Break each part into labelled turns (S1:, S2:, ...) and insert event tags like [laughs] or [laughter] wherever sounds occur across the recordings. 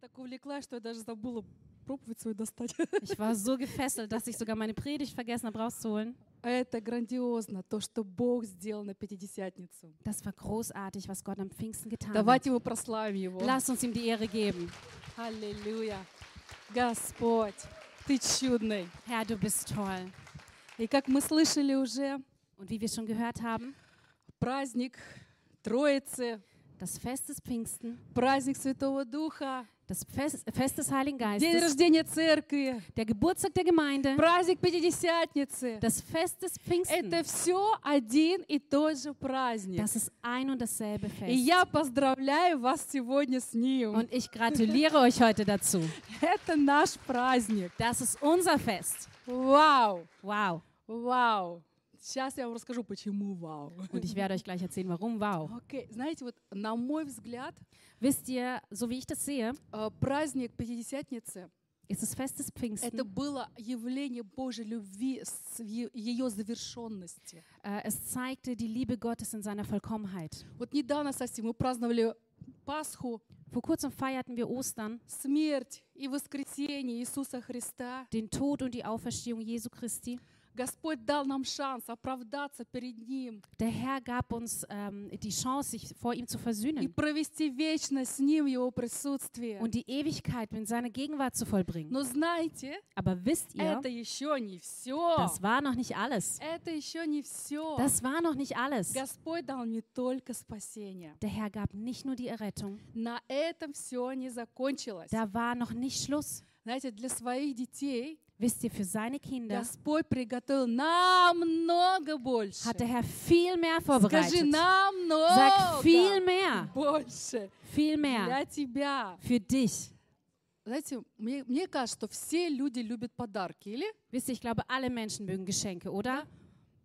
S1: так увлеклась, что я даже забыла проповедь свою достать. [laughs]
S2: Ich war so gefesselt, dass ich sogar meine Predigt vergessen habe rauszuholen.
S1: А Это грандиозно, то, что Бог сделал на Пятидесятницу.
S2: Das war großartig, was Gott am Pfingsten getan hat.
S1: Давайте мы прославим Его.
S2: Lass uns ihm die Ehre geben.
S1: Аллилуйя. Господь, Ты чудный.
S2: Herr, du bist toll.
S1: И как мы слышали уже,
S2: Und wie wir schon gehört haben,
S1: праздник Троицы,
S2: das Fest des Pfingsten,
S1: праздник Святого Духа,
S2: das Fest, Fest des Heiligen
S1: день
S2: Geistes,
S1: рождения Церкви,
S2: der Geburtstag der Gemeinde,
S1: праздник Пятидесятницы.
S2: das Fest des Pfingsten.
S1: Это все один и тот же праздник.
S2: Das ist ein und dasselbe
S1: И
S2: Fest.
S1: я поздравляю вас сегодня с ним.
S2: Und ich gratuliere euch heute dazu.
S1: Это наш праздник.
S2: Das ist unser Fest.
S1: Вау!
S2: Wow.
S1: Вау! Сейчас я вам расскажу, почему вау.
S2: Und ich werde euch gleich erzählen, warum. Wow.
S1: Окей, знаете, вот на мой взгляд,
S2: Wisst ihr, so wie ich das sehe,
S1: э, праздник Пятидесятницы
S2: ist das Fest des
S1: это
S2: Pfingsten.
S1: было явление Божьей любви с ее завершенности.
S2: Äh, es zeigte die Liebe Gottes in seiner Vollkommenheit.
S1: Вот недавно совсем мы праздновали Пасху,
S2: Vor kurzem feierten wir Ostern,
S1: смерть и воскресение Иисуса Христа.
S2: den Tod und die Auferstehung Jesu Christi.
S1: Господь дал нам шанс оправдаться перед Ним
S2: Der Herr gab uns ähm, die Chance, sich vor ihm zu
S1: и
S2: versöhnen
S1: провести вечность с Ним в Его присутствии.
S2: und die Ewigkeit in seiner Gegenwart zu vollbringen.
S1: Но знаете,
S2: Aber wisst ihr,
S1: это еще не все.
S2: das war noch nicht alles.
S1: Это еще не все.
S2: Das war noch nicht alles.
S1: Господь дал не только спасение.
S2: Der Herr gab nicht nur die Errettung,
S1: На этом все не закончилось.
S2: da war noch nicht Schluss.
S1: Знаете, для своих детей
S2: Wisst ihr, für seine Kinder
S1: Господь приготовил намного больше.
S2: hat der Herr viel mehr
S1: Скажи,
S2: vorbereitet.
S1: Oh,
S2: Sag viel
S1: намного
S2: mehr,
S1: больше
S2: viel mehr
S1: для тебя.
S2: für dich.
S1: Знаете, мне, мне кажется, что все люди любят подарки, или?
S2: Wisst ihr, ich glaube, alle Menschen mögen Geschenke, oder?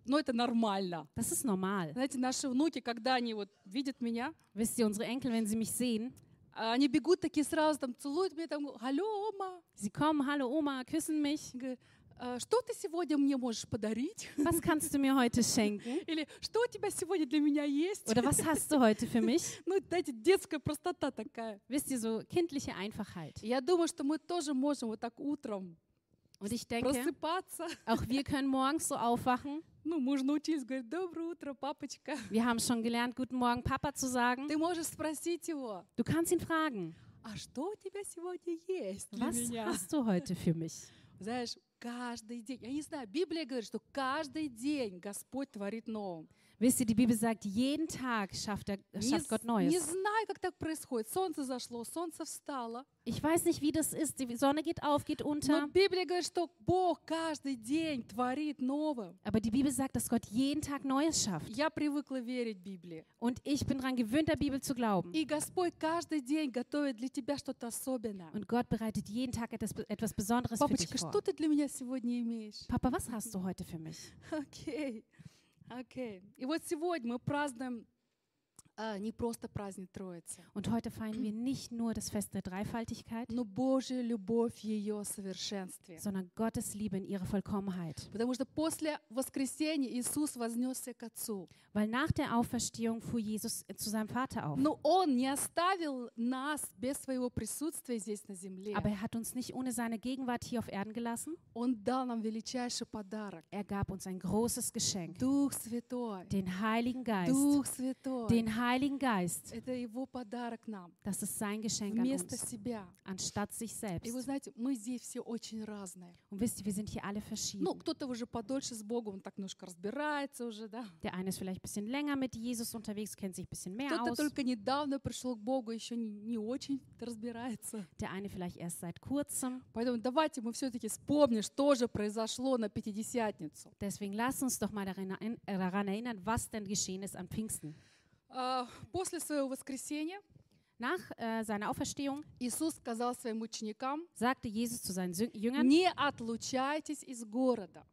S1: Но Ну, это нормально.
S2: Das ist normal.
S1: Знаете, наши внуки, когда они вот видят меня,
S2: Wisst ihr, unsere Enkel, wenn sie mich sehen,
S1: а они бегут такие сразу, там целуют меня, там, алло, Ома,
S2: sie kommen, hallo Oma, küssen mich.
S1: Говорю, «А, что ты сегодня мне можешь подарить? [laughs]
S2: Was kannst du mir heute schenken?
S1: Или что у тебя сегодня для меня есть?
S2: Oder was hast du heute für mich?
S1: Ну, знаете, детская простота такая.
S2: Wisst ihr, so kindliche Einfachheit.
S1: Я думаю, что мы тоже можем вот так утром
S2: Und ich denke,
S1: просыпаться. [laughs]
S2: auch wir können morgens so aufwachen.
S1: Ну, мы же научились говорить «Доброе утро, папочка».
S2: Wir haben schon gelernt, guten Morgen Papa zu sagen.
S1: Ты можешь спросить его,
S2: Du kannst ihn fragen,
S1: а что у тебя сегодня есть для
S2: was
S1: меня?
S2: hast du heute für mich?
S1: Знаешь, каждый день, я не знаю, Библия говорит, что каждый день Господь творит новым.
S2: Wisst ihr, die Bibel sagt, jeden Tag schafft, er,
S1: Не,
S2: schafft
S1: з-
S2: Gott
S1: не
S2: Neues.
S1: знаю, как так происходит. Солнце зашло, солнце встало.
S2: Ich weiß nicht, wie das ist. Die Sonne geht auf, geht
S1: Но
S2: unter.
S1: Библия говорит, что Бог каждый день творит новым.
S2: Aber die Bibel sagt, dass Gott jeden Tag Neues schafft.
S1: Я привыкла верить Библии.
S2: Und ich bin daran gewöhnt, der Bibel zu glauben.
S1: И Господь каждый день готовит для тебя что-то особенное.
S2: Und Gott bereitet jeden Tag etwas, etwas Besonderes für dich
S1: Папочка,
S2: vor.
S1: что ты для меня сегодня имеешь?
S2: Papa, was hast du heute für mich?
S1: [laughs] Окей, окей. И вот сегодня мы празднуем а, не просто праздник Троицы,
S2: Und heute feiern wir nicht nur das Fest der Dreifaltigkeit,
S1: но Божью любовь в ее совершенстве.
S2: sondern Gottes Liebe in ihrer Vollkommenheit.
S1: Потому что после воскресения Иисус вознесся к Отцу.
S2: Weil nach der Auferstehung fuhr Jesus zu seinem Vater auf.
S1: Но Он не оставил нас без своего присутствия здесь на земле.
S2: Aber er hat uns nicht ohne seine Gegenwart hier auf Erden gelassen.
S1: Он дал нам величайший подарок.
S2: Er gab uns ein großes Geschenk,
S1: Дух Святой.
S2: den Heiligen Geist.
S1: Дух Святой.
S2: Den Heiligen Geist,
S1: Это Его подарок нам
S2: das ist sein Geschenk an
S1: вместо
S2: uns,
S1: себя.
S2: anstatt sich
S1: И вы
S2: selbst.
S1: знаете, мы здесь все очень разные.
S2: Und wisst ihr, wir sind hier alle
S1: Ну,
S2: verschieden.
S1: кто-то уже подольше с Богом, он так немножко разбирается уже, да.
S2: Der eine ist vielleicht ein bisschen länger mit Jesus unterwegs, kennt sich ein bisschen mehr
S1: Кто-то
S2: aus.
S1: только недавно пришел к Богу, еще не, не очень разбирается.
S2: Der eine vielleicht erst seit kurzem.
S1: Поэтому давайте мы все-таки вспомним, что же произошло на Пятидесятницу.
S2: Deswegen lasst uns doch mal daran, ein- äh, daran erinnern, was denn geschehen ist am Pfingsten.
S1: А, После своего воскресения
S2: Nach äh, seiner Auferstehung
S1: Иисус сказал своим ученикам,
S2: sagte Jesus zu seinen Sü- Jüngern,
S1: не отлучайтесь из города,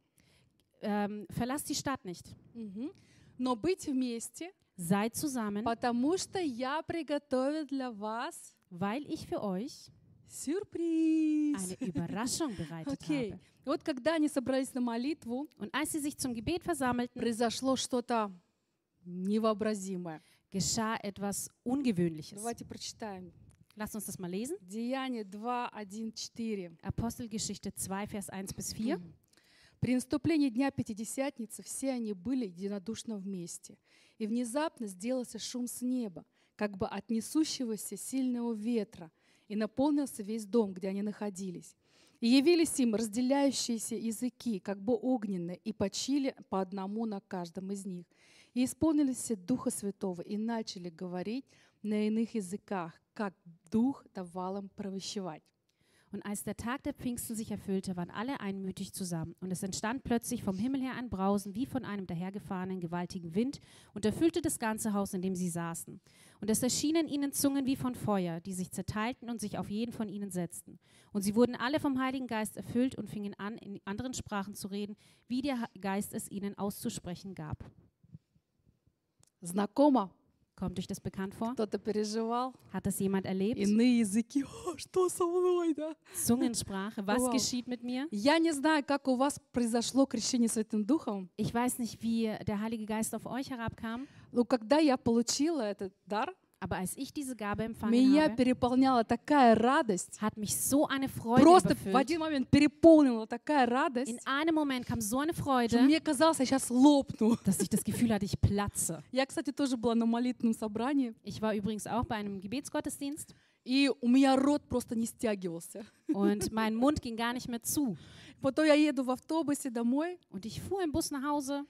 S2: ähm, verlasst die Stadt nicht,
S1: Мгм. но быть вместе,
S2: seid zusammen,
S1: потому что я приготовил для вас
S2: weil ich für euch eine
S1: сюрприз.
S2: Überraschung bereitet
S1: Окей.
S2: habe.
S1: И Вот когда они собрались на молитву,
S2: Und als sie sich zum Gebet versammelten,
S1: произошло что-то невообразимое.
S2: geschah etwas Ungewöhnliches.
S1: Давайте прочитаем
S2: Lass uns das mal lesen.
S1: Деяние 2, 1, 4.
S2: Apostelgeschichte 2, Vers 1 bis 4.
S1: При наступлении Дня Пятидесятницы все они были единодушно вместе. И внезапно сделался шум с неба, как бы от несущегося сильного ветра, и наполнился весь дом, где они находились. И явились им разделяющиеся языки, как бы огненные, и почили по одному на каждом из них. И исполнились все Духа Святого, и начали говорить на иных языках, как Дух давал им провещевать.
S2: Und als der Tag der Pfingsten sich erfüllte, waren alle einmütig zusammen. Und es entstand plötzlich vom Himmel her ein Brausen wie von einem dahergefahrenen gewaltigen Wind und erfüllte das ganze Haus, in dem sie saßen. Und es erschienen ihnen Zungen wie von Feuer, die sich zerteilten und sich auf jeden von ihnen setzten. Und sie wurden alle vom Heiligen Geist erfüllt und fingen an, in anderen Sprachen zu reden, wie der Ha- Geist es ihnen auszusprechen gab.
S1: Знакомо?
S2: Kommt euch das bekannt vor?
S1: Кто-то переживал?
S2: Hat das jemand erlebt?
S1: Иные языки. [laughs] «О, Что со мной, да?
S2: Zungensprache. Was
S1: Wow.
S2: geschieht mit mir?
S1: Я не знаю, как у вас произошло крещение Святым Духом,
S2: Ich weiß nicht, wie der Heilige Geist auf euch herabkam,
S1: но когда я получила этот дар,
S2: aber als ich diese Gabe empfangen
S1: меня
S2: habe,
S1: переполняла такая радость.
S2: hat mich so eine Freude
S1: Просто в
S2: überfüllt.
S1: один момент переполнила такая
S2: In
S1: радость,
S2: einem Moment kam so eine
S1: что
S2: Freude,
S1: мне казалось, я сейчас лопну. [laughs]
S2: dass ich das Gefühl hatte, ich platze.
S1: Я, кстати, тоже была на молитвенном собрании,
S2: Ich war übrigens auch bei einem Gebetsgottesdienst
S1: и у меня рот просто не стягивался.
S2: und mein Mund ging gar nicht mehr zu.
S1: Потом я еду в автобусе домой,
S2: Und ich fuhr im Bus nach Hause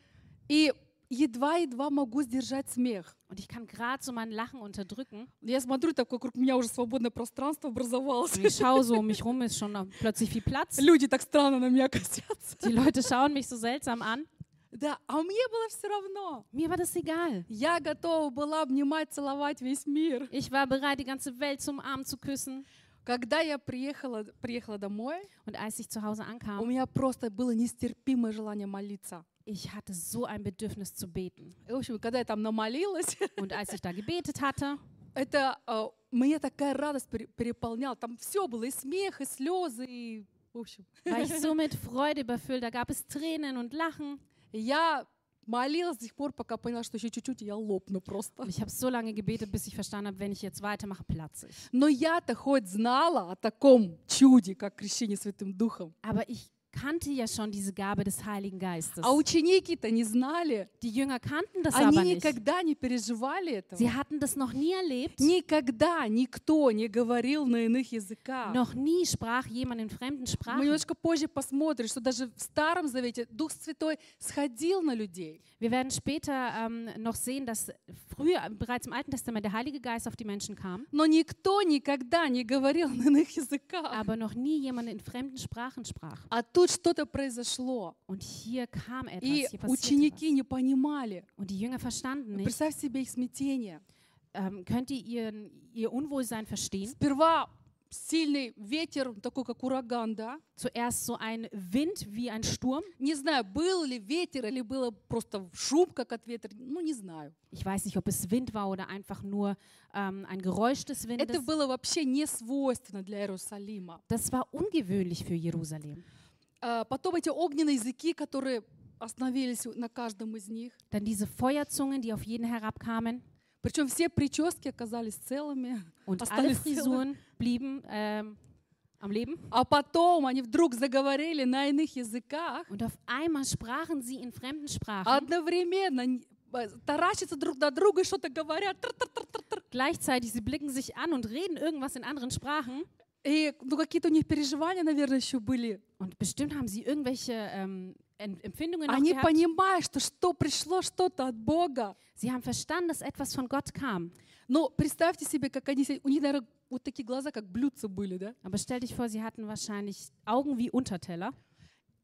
S1: и едва-едва могу сдержать смех.
S2: und ich kann gerade so mein Lachen unterdrücken.
S1: Я смотрю, так вокруг меня уже свободное пространство образовалось.
S2: Und ich schaue so um mich rum, ist schon noch plötzlich viel Platz.
S1: Люди так странно на меня [laughs] косятся.
S2: Die Leute schauen mich so seltsam an.
S1: Да, а мне было все равно.
S2: Mir war das egal.
S1: Я готова была обнимать, целовать весь мир.
S2: Ich war bereit, die ganze Welt zum Arm zu küssen.
S1: Когда я приехала, приехала домой,
S2: Und als ich zu Hause
S1: у
S2: ankam,
S1: меня просто было нестерпимое желание молиться.
S2: ich hatte so ein Bedürfnis zu beten.
S1: И, в общем, когда я там намолилась, [laughs]
S2: Und als ich da gebetet hatte,
S1: это э, мне такая радость пере- переполняла. Там все было, и смех, и слезы, и, в общем.
S2: war ich [laughs] so mit Freude überfüllt. Da gab es Tränen und Lachen.
S1: Я молилась до тех пор, пока поняла, что еще чуть-чуть, и я лопну просто.
S2: Und ich habe so lange gebetet, bis ich verstanden habe, wenn ich jetzt weitermache, platze ich.
S1: Но я-то хоть знала о таком чуде, как крещение Святым Духом.
S2: Aber ich kannte ja schon diese Gabe des Heiligen Geistes.
S1: А ученики-то не знали.
S2: Oh, Die Jünger kannten das aber
S1: Они
S2: nicht.
S1: никогда не переживали этого.
S2: Sie hatten das noch nie erlebt.
S1: Никогда никто не говорил на иных языках.
S2: Noch nie sprach jemand in fremden
S1: Мы
S2: Sprachen.
S1: немножко позже посмотрим, что даже в Старом Завете Дух Святой сходил на людей.
S2: Wir werden später ähm, noch sehen, dass früher, bereits im Alten Testament, der Heilige Geist auf die Menschen kam,
S1: Но никто никогда не говорил на иных языках.
S2: aber noch nie jemand in fremden Sprachen sprach.
S1: А тут что-то произошло.
S2: Und hier kam etwas,
S1: И
S2: hier passierte
S1: ученики
S2: was.
S1: не понимали.
S2: Und die Jünger verstanden nicht.
S1: Представь себе их смятение.
S2: Ähm, könnt ihr ihren, ihr Unwohlsein verstehen?
S1: Сперва сильный ветер, такой как ураган, да?
S2: Zuerst so ein Wind wie ein Sturm.
S1: Не знаю, был ли ветер или было просто шум, как от ветра, ну не знаю.
S2: Ich weiß nicht, ob es Wind war oder einfach nur ähm, ein Geräusch des
S1: Это
S2: Windes.
S1: было вообще не свойственно для Иерусалима.
S2: Das war ungewöhnlich für Jerusalem.
S1: А Потом эти огненные языки, которые остановились на каждом из них.
S2: Dann diese Feuerzungen, die auf jeden herabkamen.
S1: Причем все прически оказались целыми.
S2: Und
S1: Остались
S2: alle
S1: целы.
S2: Frisuren blieben ähm, am Leben.
S1: А потом они вдруг заговорили на иных языках.
S2: Und auf einmal sprachen sie in fremden Sprachen.
S1: Одновременно н- э, таращатся друг на друга и что-то говорят. Тр-тр-тр-тр-тр.
S2: Gleichzeitig, sie blicken sich an und reden irgendwas in anderen Sprachen.
S1: И ну, какие-то у них переживания, наверное, еще были.
S2: Und bestimmt haben sie irgendwelche ähm, Em- Empfindungen noch
S1: Они
S2: gehabt.
S1: понимают, что, что пришло что-то от Бога.
S2: Sie haben verstanden, dass etwas von Gott kam.
S1: Но представьте себе, как они... си- У них, наверное, вот такие глаза, как блюдца были, да?
S2: Aber stell dich vor, sie hatten wahrscheinlich Augen wie Unterteller.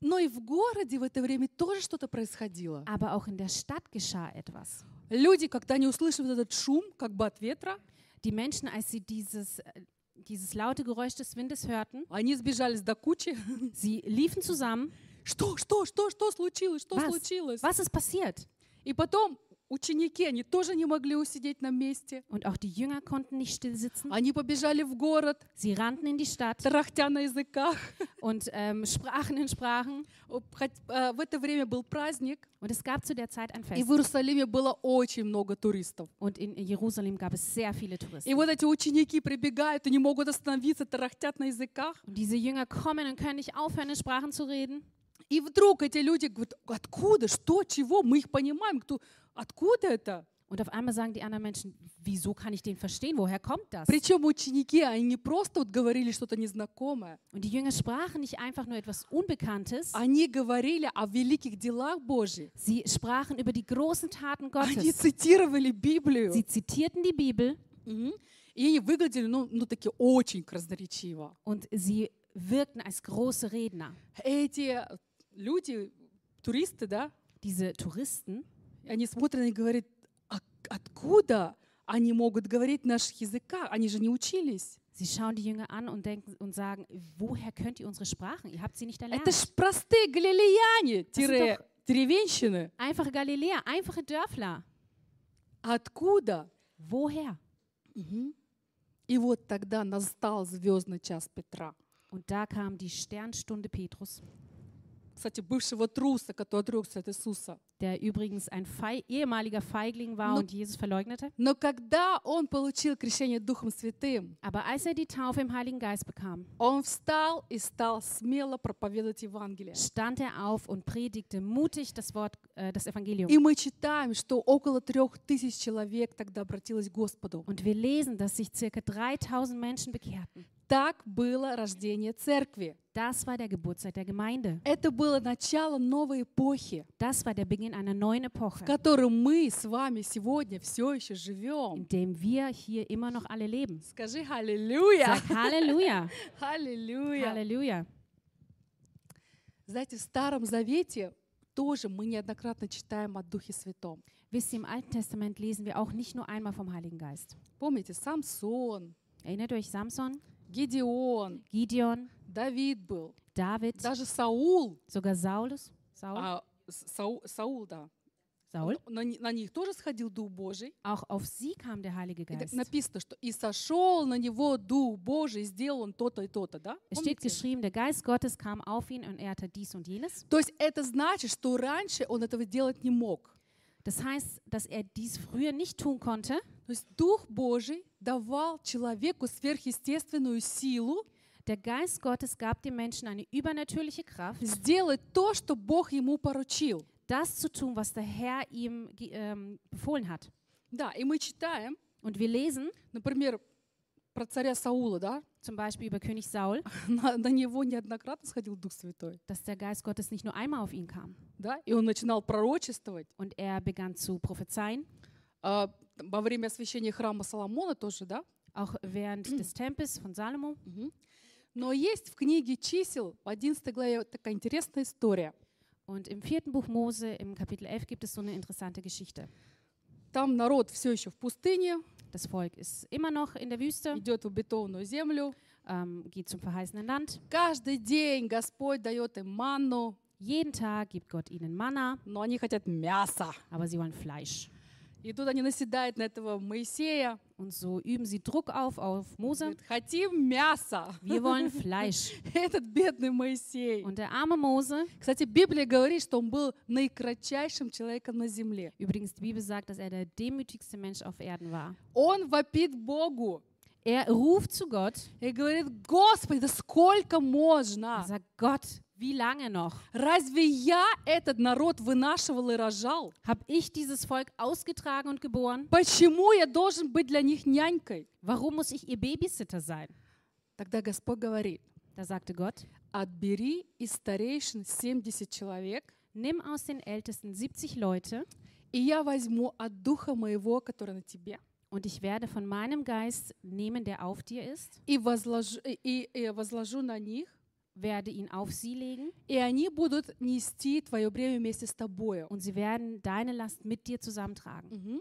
S1: Но и в городе в это время тоже что-то происходило.
S2: Aber auch in der Stadt geschah etwas.
S1: Люди, когда они услышали вот этот шум, как бы от ветра,
S2: Die Menschen, als sie dieses, äh, dieses laute Geräusch des Windes hörten,
S1: они сбежались до кучи. [laughs]
S2: sie liefen zusammen.
S1: Что, что, что, что случилось, что
S2: Was?
S1: случилось?
S2: Was ist passiert?
S1: И потом Ученики, они тоже не могли усидеть на месте.
S2: Und auch die Jünger konnten nicht still sitzen.
S1: Они побежали в город,
S2: Sie rannten in die Stadt
S1: тарахтя на языках.
S2: und ähm, sprachen in Sprachen.
S1: О, хоть, э, В это время был праздник,
S2: Und es gab zu der Zeit ein
S1: и
S2: Fest.
S1: в Иерусалиме было очень много туристов.
S2: Und in Jerusalem gab es sehr viele
S1: И
S2: Touristen.
S1: вот эти ученики прибегают и не могут остановиться, тарахтят на языках.
S2: Und diese Jünger kommen und können nicht aufhören, in Sprachen zu reden.
S1: И вдруг эти люди говорят, откуда, что, чего, мы их понимаем, кто, откуда это?
S2: Und auf einmal sagen die anderen Menschen, wieso kann ich den verstehen? Woher kommt das?
S1: Причем ученики, они не просто вот говорили что-то незнакомое,
S2: Und die Jünger sprachen nicht einfach nur etwas Unbekanntes.
S1: они говорили о великих делах Божьих.
S2: Sie sprachen über die großen Taten
S1: Они
S2: Gottes.
S1: цитировали Библию.
S2: Sie zitierten die Bibel
S1: Мгм. И они выглядели, ну, ну таки очень красноречиво.
S2: und sie wirkten als große Redner.
S1: Эти люди, туристы, да,
S2: Diese Touristen,
S1: они смотрят и говорят, «А откуда они могут говорить на наших языках? Они же не учились.
S2: sie schauen die Jünger an und denken und sagen, woher könnt ihr unsere Sprachen? Ihr habt sie nicht
S1: Это
S2: erlernt.
S1: ж простые галилеяне, тире,
S2: Это
S1: деревенщины.
S2: Einfache Galiläer, einfache Dörfler.
S1: Откуда?
S2: Woher?
S1: Мгм. И вот тогда настал звездный час Петра.
S2: Und da kam die Sternstunde Petrus,
S1: Кстати, бывшего труса, который отрекся от Иисуса.
S2: der übrigens ein Fei ehemaliger Feigling war
S1: No.
S2: und Jesus verleugnete.
S1: Но когда он получил крещение Духом Святым,
S2: Aber als er die Taufe im Heiligen Geist bekam,
S1: он встал и стал смело проповедовать Евангелие.
S2: stand er auf und predigte mutig das Wort, äh, das Evangelium.
S1: И мы читаем, что около трех тысяч человек тогда обратилось к Господу.
S2: Und wir lesen, dass sich circa 3000 Menschen bekehrten.
S1: Так было рождение церкви.
S2: Das war der Geburtstag der Gemeinde.
S1: Это было начало новой эпохи,
S2: Das war der Beginn einer neuen
S1: в
S2: Epoche,
S1: которой мы с вами сегодня все еще живем.
S2: in dem wir hier immer noch alle leben.
S1: Скажи «Аллилуйя!»
S2: Sag [laughs] Halleluja,
S1: [laughs] Аллилуйя!
S2: Halleluja.
S1: Знаете, в Старом Завете тоже мы неоднократно читаем о Духе Святом.
S2: Wisst ihr, im Alten Testament lesen wir auch nicht nur einmal vom Heiligen Geist.
S1: Помните, Самсон,
S2: Erinnert euch Samson,
S1: Гедеон,
S2: Gideon,
S1: Давид был,
S2: David,
S1: даже Саул.
S2: sogar Saulus, Saul,
S1: А, С- Сау- Саул, да.
S2: Saul.
S1: Но На, ни- на них тоже сходил Дух Божий.
S2: Auch auf sie kam der Heilige
S1: И так
S2: Geist.
S1: написано, что «И сошел на него Дух Божий, и сделал он то-то и то-то», да?
S2: Es steht
S1: Помните?
S2: geschrieben, der Geist Gottes kam auf ihn und er hatte dies und jenes.
S1: То есть это значит, что раньше он этого делать не мог.
S2: Das heißt, dass er dies früher nicht tun konnte.
S1: То есть Дух Божий давал человеку сверхъестественную силу,
S2: Der Geist Gottes gab dem Menschen eine übernatürliche Kraft,
S1: сделать то, что Бог ему поручил.
S2: das zu tun, was der Herr ihm ge- ähm, befohlen hat.
S1: Да, и мы читаем,
S2: Und wir lesen
S1: например, про царя Саула, да? [laughs]
S2: zum Beispiel über König Saul,
S1: На, на него неоднократно сходил Дух Святой,
S2: dass der Geist Gottes nicht nur einmal auf ihn kam.
S1: да? И он начинал пророчествовать.
S2: Und er begann zu prophezeien.
S1: А, там, во время освящения храма Соломона тоже, да?
S2: Auch während des Tempels von Salomo.
S1: Но есть в книге чисел, в 11 главе, такая интересная история.
S2: Und im vierten Buch Mose, im Kapitel 11, gibt es so eine interessante Geschichte.
S1: Там народ все еще в pustыне,
S2: Das Volk ist immer noch in der Wüste,
S1: идет в обетованную землю.
S2: ähm, geht zum verheißenen Land.
S1: Каждый день Господь дает им манну,
S2: Jeden Tag gibt Gott ihnen Manna,
S1: но они хотят мяса.
S2: aber sie wollen Fleisch.
S1: И тут они наседают на этого Моисея,
S2: Und so üben sie Druck auf auf Mose. [laughs]
S1: Говорит, хотим мясо. [laughs]
S2: Wir wollen Fleisch.
S1: Этот бедный Моисей.
S2: Und der arme Mose,
S1: Кстати, Библия говорит, что он был наикратчайшим человеком на земле.
S2: übrigens die Bibel sagt, dass er der demütigste Mensch auf Erden war.
S1: Он вопит Богу
S2: Er ruft zu Gott
S1: и говорит, Господи, да сколько
S2: und
S1: можно?
S2: sagt, Gott, wie lange noch?
S1: Разве я этот народ вынашивал и рожал?
S2: Hab ich dieses Volk ausgetragen und geboren?
S1: Почему я должен быть для них нянькой?
S2: Warum muss ich ihr Babysitter sein?
S1: Тогда Господь говорит,
S2: Da sagte Gott,
S1: отбери из старейшин 70 человек,
S2: nimm aus den Ältesten 70 Leute
S1: и я возьму от духа моего, который на тебе,
S2: und ich werde von meinem Geist nehmen, der auf dir ist,
S1: и возложу, и- и- и возложу на них
S2: werde ihn auf sie legen
S1: И они будут нести твое бремя вместе с тобою.
S2: und sie werden deine Last mit dir zusammentragen.
S1: Мгм.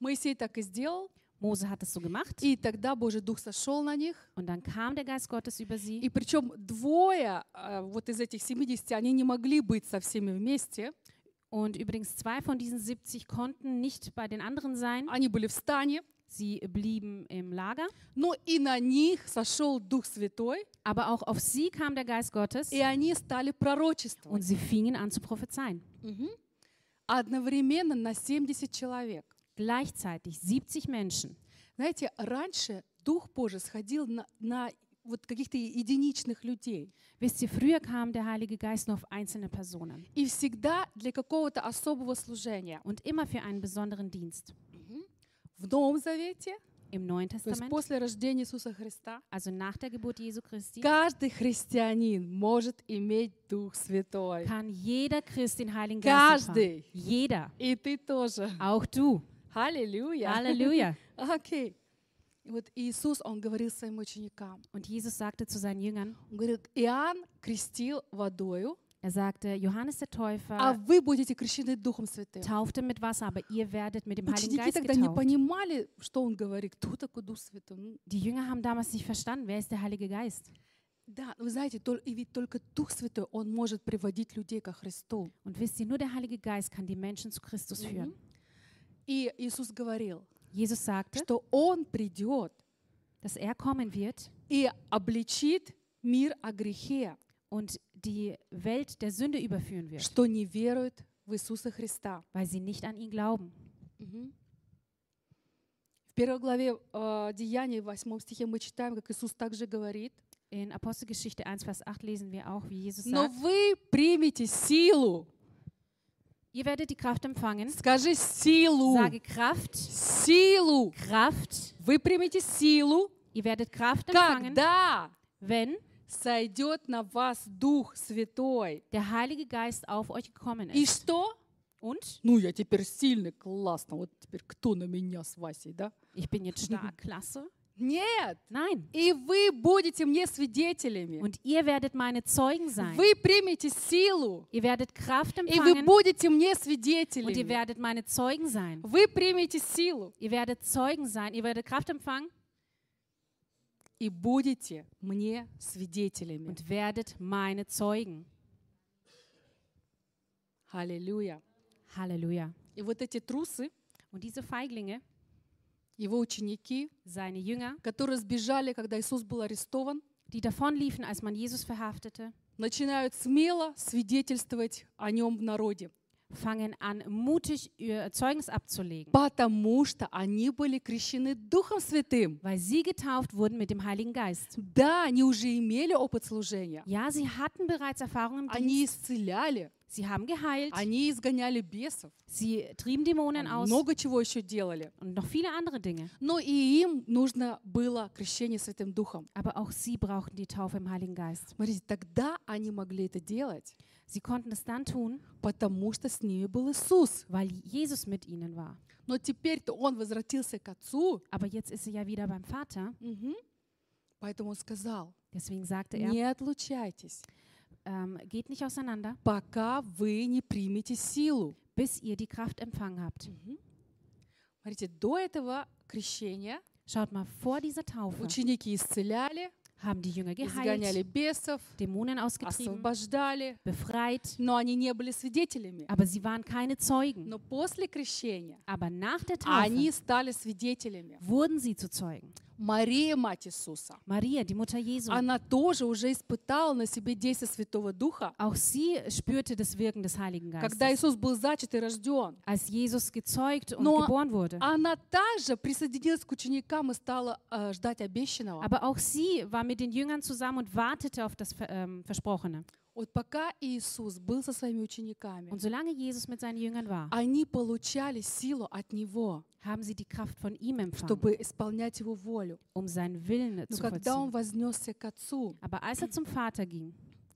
S1: Моисей так и сделал,
S2: Mose hat es so gemacht.
S1: и тогда Божий Дух сошел на них.
S2: Und dann kam der Geist Gottes über sie.
S1: И причем двое а, вот из этих 70, они не могли быть со всеми вместе.
S2: Und übrigens zwei von diesen 70 konnten nicht bei den anderen sein.
S1: Они были в стане,
S2: Sie blieben im Lager.
S1: но и на них сошел Дух Святой,
S2: Aber auch auf sie kam der Geist Gottes
S1: и они стали пророчествовать
S2: und sie fingen an zu prophezeien.
S1: одновременно на 70 человек.
S2: Gleichzeitig 70 Menschen.
S1: Знаете, раньше Дух Божий сходил на, на вот каких-то единичных людей.
S2: Wisst ihr, früher kam der Heilige Geist nur auf einzelne Personen
S1: И всегда для какого-то особого служения.
S2: und immer für einen besonderen Dienst.
S1: В Новом Завете,
S2: Im Neuen
S1: то есть
S2: Testament,
S1: после рождения Иисуса Христа,
S2: also nach der Geburt Jesu Christi,
S1: каждый христианин может иметь Дух Святой.
S2: kann jeder Christ den Heiligen Geist empfangen.
S1: Каждый.
S2: Jeder,
S1: И ты тоже.
S2: auch du.
S1: Аллилуйя.
S2: Halleluja.
S1: [laughs] Окей. И Вот Иисус, Он говорил своим ученикам.
S2: Und Jesus sagte zu seinen Jüngern,
S1: Он говорил, Иоанн крестил водою,
S2: er sagte, Johannes der
S1: а
S2: Täufer
S1: вы будете крещены Духом Святым.
S2: taufte mit Wasser, aber ihr werdet mit dem Heiligen
S1: Ученики
S2: Geist
S1: тогда не
S2: getauft.
S1: понимали, что он говорит, кто такой Дух Святой. Ну,
S2: Die Jünger haben damals nicht verstanden, wer ist der Heilige Geist.
S1: да, вы знаете, тол- и ведь только Дух Святой, он может приводить людей ко Христу.
S2: Und wisst ihr, nur der Heilige Geist kann die Menschen zu Christus führen.
S1: И Иисус говорил,
S2: Jesus sagte,
S1: что Он придет
S2: dass er kommen wird
S1: и обличит мир о грехе,
S2: und die Welt der Sünde überführen wird,
S1: что не верует в Иисуса Христа.
S2: weil sie nicht an ihn glauben.
S1: В первой главе э, Деяний, в восьмом стихе, мы читаем, как Иисус также говорит,
S2: In Apostelgeschichte 1, Vers 8 lesen wir auch, wie Jesus
S1: «Но
S2: sagt,
S1: вы примете силу».
S2: ihr werdet die Kraft empfangen.
S1: Скажи «силу».
S2: Sage Kraft,
S1: Силу.
S2: Kraft.
S1: Вы примете силу,
S2: Ihr werdet Kraft empfangen,
S1: когда
S2: wenn
S1: сойдет на вас Дух Святой.
S2: der Heilige Geist auf euch gekommen
S1: И
S2: ist.
S1: что?
S2: Und
S1: Ну, я теперь сильный, классно. Вот теперь кто на меня с Васей, да?
S2: ich bin jetzt stark, klasse.
S1: Нет!
S2: Nein.
S1: И вы будете мне свидетелями.
S2: Und ihr werdet meine Zeugen sein.
S1: Вы примете силу,
S2: Ihr werdet Kraft
S1: и вы
S2: empfangen
S1: будете мне
S2: und ihr
S1: свидетелями.
S2: werdet meine Zeugen sein.
S1: Вы примете силу
S2: Ihr werdet Zeugen sein. Ihr werdet Kraft empfangen
S1: и будете мне свидетелями.
S2: und werdet meine Zeugen.
S1: Аллилуйя.
S2: Halleluja.
S1: И вот эти трусы,
S2: Und diese Feiglinge,
S1: его ученики,
S2: seine Jünger,
S1: которые сбежали, когда Иисус был арестован,
S2: die davonliefen, als man Jesus verhaftete,
S1: начинают смело свидетельствовать о нем в народе,
S2: fangen an, mutig ihr Zeugnis abzulegen,
S1: потому что они были крещены Духом Святым.
S2: weil sie getauft wurden mit dem Heiligen Geist.
S1: Да, они уже имели опыт служения.
S2: Ja, sie hatten bereits Erfahrungen im Dienst.
S1: Они исцеляли,
S2: Sie haben geheilt,
S1: они изгоняли бесов,
S2: sie trieben Dämonen aus
S1: много чего еще делали.
S2: und noch viele andere Dinge.
S1: Но и им нужно было крещение Святым Духом.
S2: Aber auch sie brauchten die Taufe im Heiligen Geist.
S1: Смотрите, тогда они могли это делать,
S2: Sie konnten es dann tun,
S1: потому что с ними был Иисус.
S2: weil Jesus mit ihnen war.
S1: Но теперь-то он возвратился к Отцу,
S2: Aber jetzt ist er ja wieder beim Vater.
S1: поэтому он сказал,
S2: Deswegen sagte er,
S1: не отлучайтесь,
S2: ähm, geht nicht auseinander,
S1: пока вы не примете силу.
S2: bis ihr die Kraft empfangen habt.
S1: Смотрите, до этого крещения
S2: Schaut mal, vor dieser Taufe
S1: ученики исцеляли,
S2: haben die Jünger
S1: изгоняли
S2: geheilt,
S1: бесов,
S2: Dämonen ausgetrieben,
S1: освобождали,
S2: befreit,
S1: но они не были свидетелями.
S2: aber sie waren keine Zeugen.
S1: Но после крещения
S2: Aber nach der Taufe
S1: они стали свидетелями.
S2: wurden sie zu Zeugen.
S1: Мария, мать Иисуса,
S2: Maria, die Mutter Jesu,
S1: она тоже уже испытала на себе действие Святого Духа,
S2: auch sie spürte das Wirken des Heiligen
S1: когда
S2: Geistes,
S1: Иисус был зачат и рожден.
S2: als Jesus gezeugt und
S1: Nur-
S2: geboren wurde.
S1: Она также присоединилась к ученикам и стала э, ждать обещанного.
S2: Aber auch sie war mit den Jüngern zusammen und wartete auf das Ver- ähm, Versprochene.
S1: Вот пока Иисус был со своими учениками,
S2: Und solange Jesus mit seinen Jüngern war,
S1: они получали силу от Него,
S2: haben sie die Kraft von ihm empfangen,
S1: чтобы исполнять Его волю.
S2: um seinen Willen
S1: Но
S2: zu
S1: когда Он
S2: vollziehen.
S1: вознесся к Отцу,
S2: Aber als er zum Vater ging,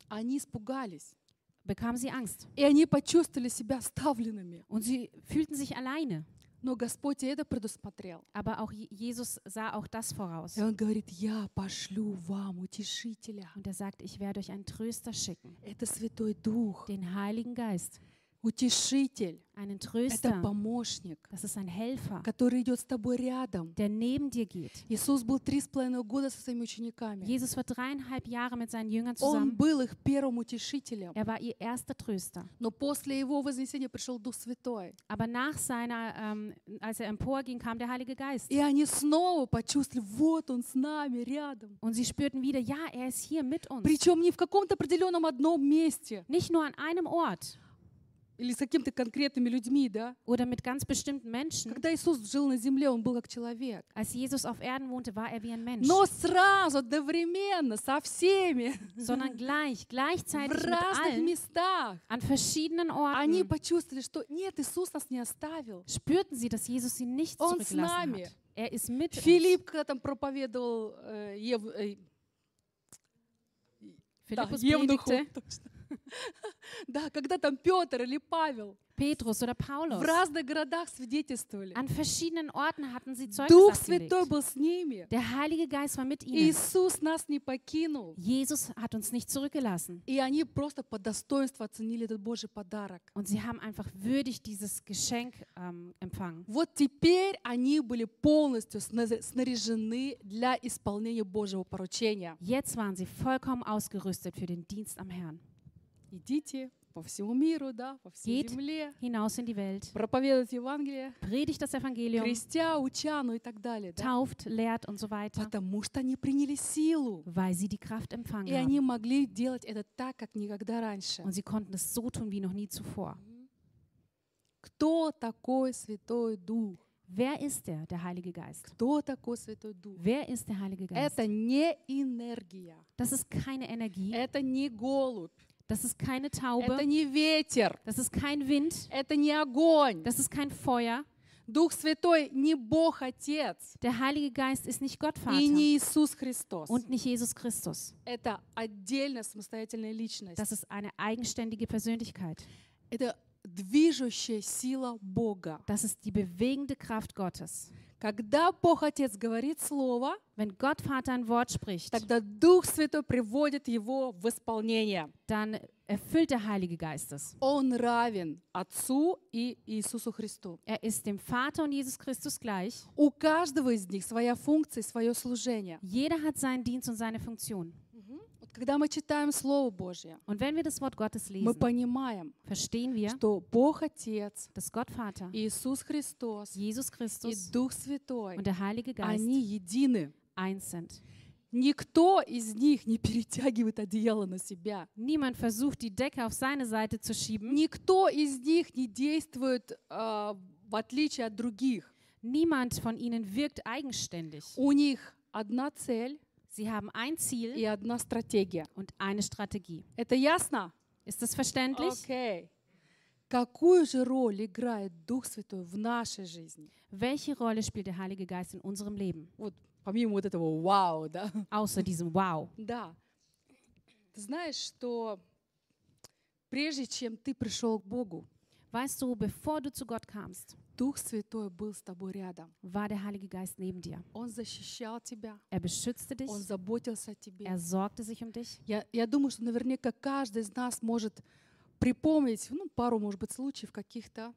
S1: они испугались.
S2: bekamen sie Angst
S1: И они почувствовали себя оставленными.
S2: und sie fühlten sich alleine.
S1: Но Господь и это предусмотрел.
S2: Aber auch Je- Jesus sah auch das voraus.
S1: И Он говорит, я пошлю вам утешителя.
S2: Und er sagt, ich werde euch einen Tröster schicken,
S1: Это Святой Дух.
S2: den Heiligen Geist.
S1: утешитель,
S2: einen
S1: это
S2: Tröster.
S1: помощник,
S2: Das ist ein Helfer,
S1: который идет с тобой рядом.
S2: der neben dir geht.
S1: Иисус был три с половиной года со своими учениками.
S2: Jesus war dreieinhalb Jahre mit seinen
S1: Он
S2: Jüngern zusammen.
S1: был их первым утешителем.
S2: Er war ihr erster Tröster.
S1: Но после его вознесения пришел Дух Святой.
S2: Aber nach seiner, ähm, als er emporging, kam der Heilige Geist.
S1: И они снова почувствовали, вот он с нами, рядом.
S2: Und sie spürten wieder, ja, er ist hier mit uns.
S1: Причем не в каком-то определенном одном месте
S2: Nicht nur an einem Ort
S1: или с какими-то конкретными людьми, да?
S2: oder mit ganz bestimmten Menschen.
S1: Когда Иисус жил на земле, он был как человек.
S2: Als Jesus auf Erden wohnte, war er wie ein Mensch.
S1: Но сразу, одновременно, со всеми,
S2: Sondern gleich,
S1: в
S2: gleichzeitig mit
S1: разных
S2: allen,
S1: местах,
S2: an verschiedenen
S1: А они
S2: Orten,
S1: почувствовали, что нет, Иисус нас не оставил.
S2: spürten sie, dass Jesus sie nicht
S1: Он с
S2: zurückgelassen
S1: нами.
S2: hat. Er ist mit uns.
S1: Филипп, когда там проповедовал э, Ев- э, да,
S2: Philippus
S1: Евнуху,
S2: predigte,
S1: точно. [laughs] Да, когда там Петр или Павел
S2: Petrus oder
S1: в
S2: Paulus.
S1: разных городах свидетельствовали.
S2: An verschiedenen Orten hatten sie Zeugnis
S1: Дух
S2: abgelegt.
S1: Святой был с ними.
S2: Der Heilige Geist war mit ihnen.
S1: Иисус нас не покинул.
S2: Jesus hat uns nicht zurückgelassen.
S1: И они просто по достоинству оценили этот Божий подарок.
S2: Und sie haben einfach würdig dieses Geschenk ähm, empfangen.
S1: Вот теперь они были полностью сна- снаряжены для исполнения Божьего поручения.
S2: Jetzt waren sie vollkommen ausgerüstet für den Dienst am Herrn.
S1: Идите по всему миру, да, по всей
S2: Geht.
S1: земле,
S2: Hinaus in die Welt,
S1: проповедовать Евангелие,
S2: predigt das Evangelium,
S1: крестя, уча, ну и так далее. да.
S2: tauft, lehrt und so weiter,
S1: Потому что они приняли силу,
S2: weil sie die Kraft empfangen
S1: и они
S2: haben.
S1: могли делать это так, как никогда раньше.
S2: Und sie konnten es so tun wie noch nie zuvor.
S1: Кто такой Святой Дух?
S2: Wer ist der, der Heilige Geist?
S1: Кто такой Святой Дух?
S2: Wer ist der Heilige Geist?
S1: Это не энергия,
S2: Das ist keine Energie,
S1: это не голубь,
S2: das ist keine
S1: это
S2: Taube,
S1: не ветер,
S2: das ist kein Wind,
S1: это не огонь.
S2: das ist kein Feuer.
S1: Дух Святой не Бог Отец
S2: Der Heilige Geist ist nicht Gott
S1: и
S2: Vater
S1: не Иисус Христос.
S2: und nicht Jesus Christus.
S1: Это отдельно самостоятельная личность.
S2: Das ist eine eigenständige Persönlichkeit.
S1: Это движущая сила Бога.
S2: Das ist die bewegende Kraft Gottes.
S1: Когда Бог Отец говорит Слово,
S2: Wenn Gott Vater ein Wort spricht,
S1: тогда Дух Святой приводит его в исполнение.
S2: dann erfüllt der Heilige Geist es.
S1: Он равен Отцу и Иисусу Христу.
S2: Er ist dem Vater und Jesus Christus gleich.
S1: У каждого из них своя функция, и свое служение.
S2: Jeder hat seinen Dienst und seine Funktion.
S1: Вот когда мы читаем Слово Божье,
S2: Und wenn wir das Wort Gottes
S1: мы
S2: lesen,
S1: понимаем,
S2: verstehen wir,
S1: что Бог Отец,
S2: dass Gott Vater,
S1: Иисус Христос
S2: Jesus
S1: и
S2: Christus
S1: Дух Святой,
S2: und der Heilige Geist
S1: они едины.
S2: eins sind.
S1: Никто из них не [laughs] перетягивает одеяло на себя.
S2: Niemand versucht, die Decke auf seine Seite zu schieben.
S1: Никто из них не действует э, в отличие от других.
S2: Niemand von ihnen wirkt eigenständig.
S1: У них одна цель
S2: Sie haben ein
S1: и
S2: Ziel
S1: одна стратегия.
S2: und eine Strategie.
S1: Это ясно?
S2: Ist das verständlich?
S1: Окей. Какую же роль играет Дух Святой в нашей жизни?
S2: Welche Rolle spielt der Heilige Geist in unserem Leben?
S1: Вот помимо вот этого вау, да?
S2: Außer diesem Wow.
S1: Да. Ты знаешь, что прежде чем ты пришел к Богу,
S2: Weißt du, bevor du zu Gott kamst,
S1: Дух Святой был с тобой рядом.
S2: war der Heilige Geist neben dir.
S1: Он защищал тебя,
S2: Er beschützte dich,
S1: он заботился о тебе.
S2: er sorgte sich um dich.
S1: Я, я думаю, что наверняка каждый из нас может припомнить, ну, пару, может быть, случаев каких-то,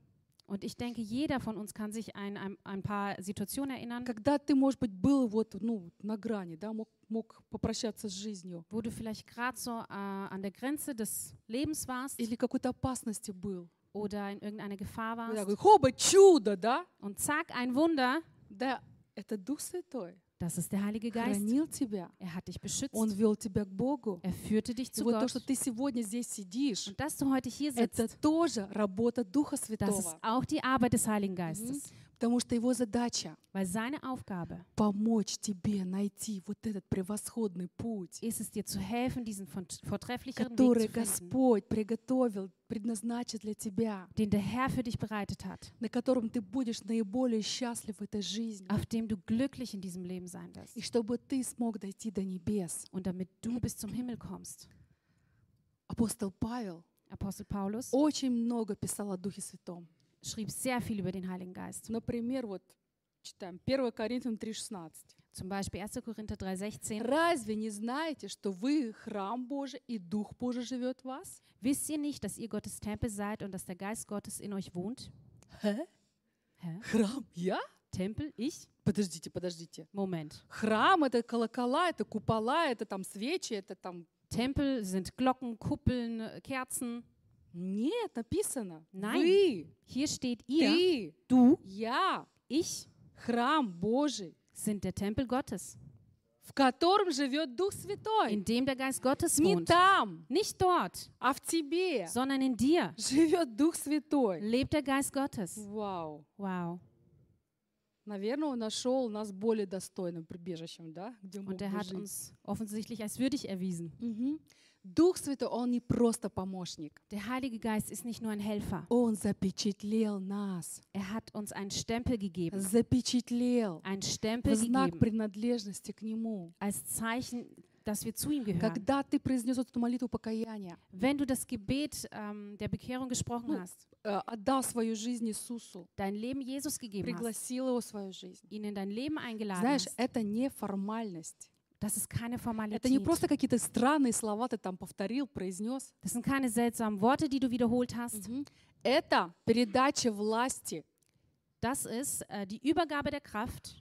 S2: Und ich denke, jeder von uns kann sich an ein, ein paar Situationen erinnern,
S1: когда ты, может быть, был вот, ну, на грани, да, мог, мог попрощаться с жизнью
S2: wo du vielleicht gerade so äh, an der Grenze des Lebens warst
S1: или какой-то опасности был.
S2: oder in irgendeiner Gefahr
S1: И
S2: warst.
S1: такой, хоба, чудо, да?
S2: Und zack, ein Wunder,
S1: Да, это Дух Святой
S2: das ist der Heilige Geist.
S1: хранил тебя.
S2: Er hat dich
S1: Он
S2: beschützt.
S1: вел тебя к Bogу.
S2: Er führte dich
S1: И
S2: zu
S1: вот то,
S2: Gott.
S1: что ты сегодня здесь сидишь,
S2: Und dass du heute hier
S1: это
S2: sitzt,
S1: тоже работа Духа
S2: das ist
S1: Святого.
S2: auch die Arbeit des Heiligen Geistes.
S1: Потому что его задача
S2: Weil seine Aufgabe
S1: помочь тебе найти вот этот превосходный путь,
S2: ist es, dir zu helfen, diesen von- vortrefflicheren
S1: который
S2: Weg zu finden,
S1: Господь приготовил, предназначил для тебя,
S2: den der Herr für dich bereitet hat,
S1: на котором ты будешь наиболее счастлив в этой жизни,
S2: auf dem du glücklich in diesem Leben sein
S1: и
S2: wirst.
S1: чтобы ты смог дойти до небес.
S2: Und damit du bis zum Himmel kommst.
S1: Апостол Павел
S2: Apostel Paulus
S1: очень много писал о Духе Святом.
S2: schrieb sehr viel über den Heiligen Geist.
S1: Например, вот читаем 1 Коринфянам 3,16.
S2: Zum Beispiel 1. Korinther 3,16.
S1: Разве не знаете, что вы храм Божий и Дух Божий живет в вас?
S2: Wisst ihr nicht, dass ihr Gottes Tempel seid und dass der Geist Gottes in euch wohnt? Hä?
S1: Храм? Я?
S2: Tempel? Ich?
S1: Подождите, подождите.
S2: Moment.
S1: Храм — это колокола, это купола, это там свечи, это там...
S2: Tempel sind Glocken, Kuppeln, äh, Kerzen.
S1: Нет, написано.
S2: Nein.
S1: Вы,
S2: Hier steht ihr,
S1: ты,
S2: du,
S1: я,
S2: ich
S1: храм Божий,
S2: sind der Tempel Gottes,
S1: в котором живет Дух Святой.
S2: in dem der Geist Gottes
S1: Не
S2: wohnt.
S1: там,
S2: Nicht dort,
S1: а в тебе
S2: sondern in dir
S1: живет Дух Святой.
S2: lebt der Geist Gottes.
S1: Вау.
S2: Wow.
S1: Наверное, он нашел нас более достойным прибежищем, да? Где мы
S2: Und er hat uns offensichtlich als würdig erwiesen.
S1: Мгм. Дух Святой, Он не просто помощник.
S2: Der Heilige Geist ist nicht nur ein Helfer,
S1: Он запечатлел нас.
S2: er hat uns einen Stempel gegeben.
S1: Запечатлел.
S2: Einen
S1: В
S2: Stempel
S1: знак
S2: gegeben
S1: принадлежности к Нему.
S2: als Zeichen, dass wir zu ihm gehören.
S1: Когда ты произнес эту молитву покаяния,
S2: Wenn du das Gebet ähm, der Bekehrung gesprochen
S1: Ну,
S2: hast,
S1: э, отдал свою жизнь Иисусу,
S2: dein Leben Jesus gegeben hast,
S1: пригласил Его в свою жизнь.
S2: ihn in dein Leben eingeladen
S1: Знаешь,
S2: hast,
S1: это не формальность.
S2: Das ist keine
S1: Это не
S2: Formalität.
S1: просто какие-то странные слова ты там повторил, произнес.
S2: Das sind keine seltsamen Worte, die du wiederholt
S1: Mhm.
S2: hast.
S1: Это передача власти
S2: Das ist äh, die Übergabe der Kraft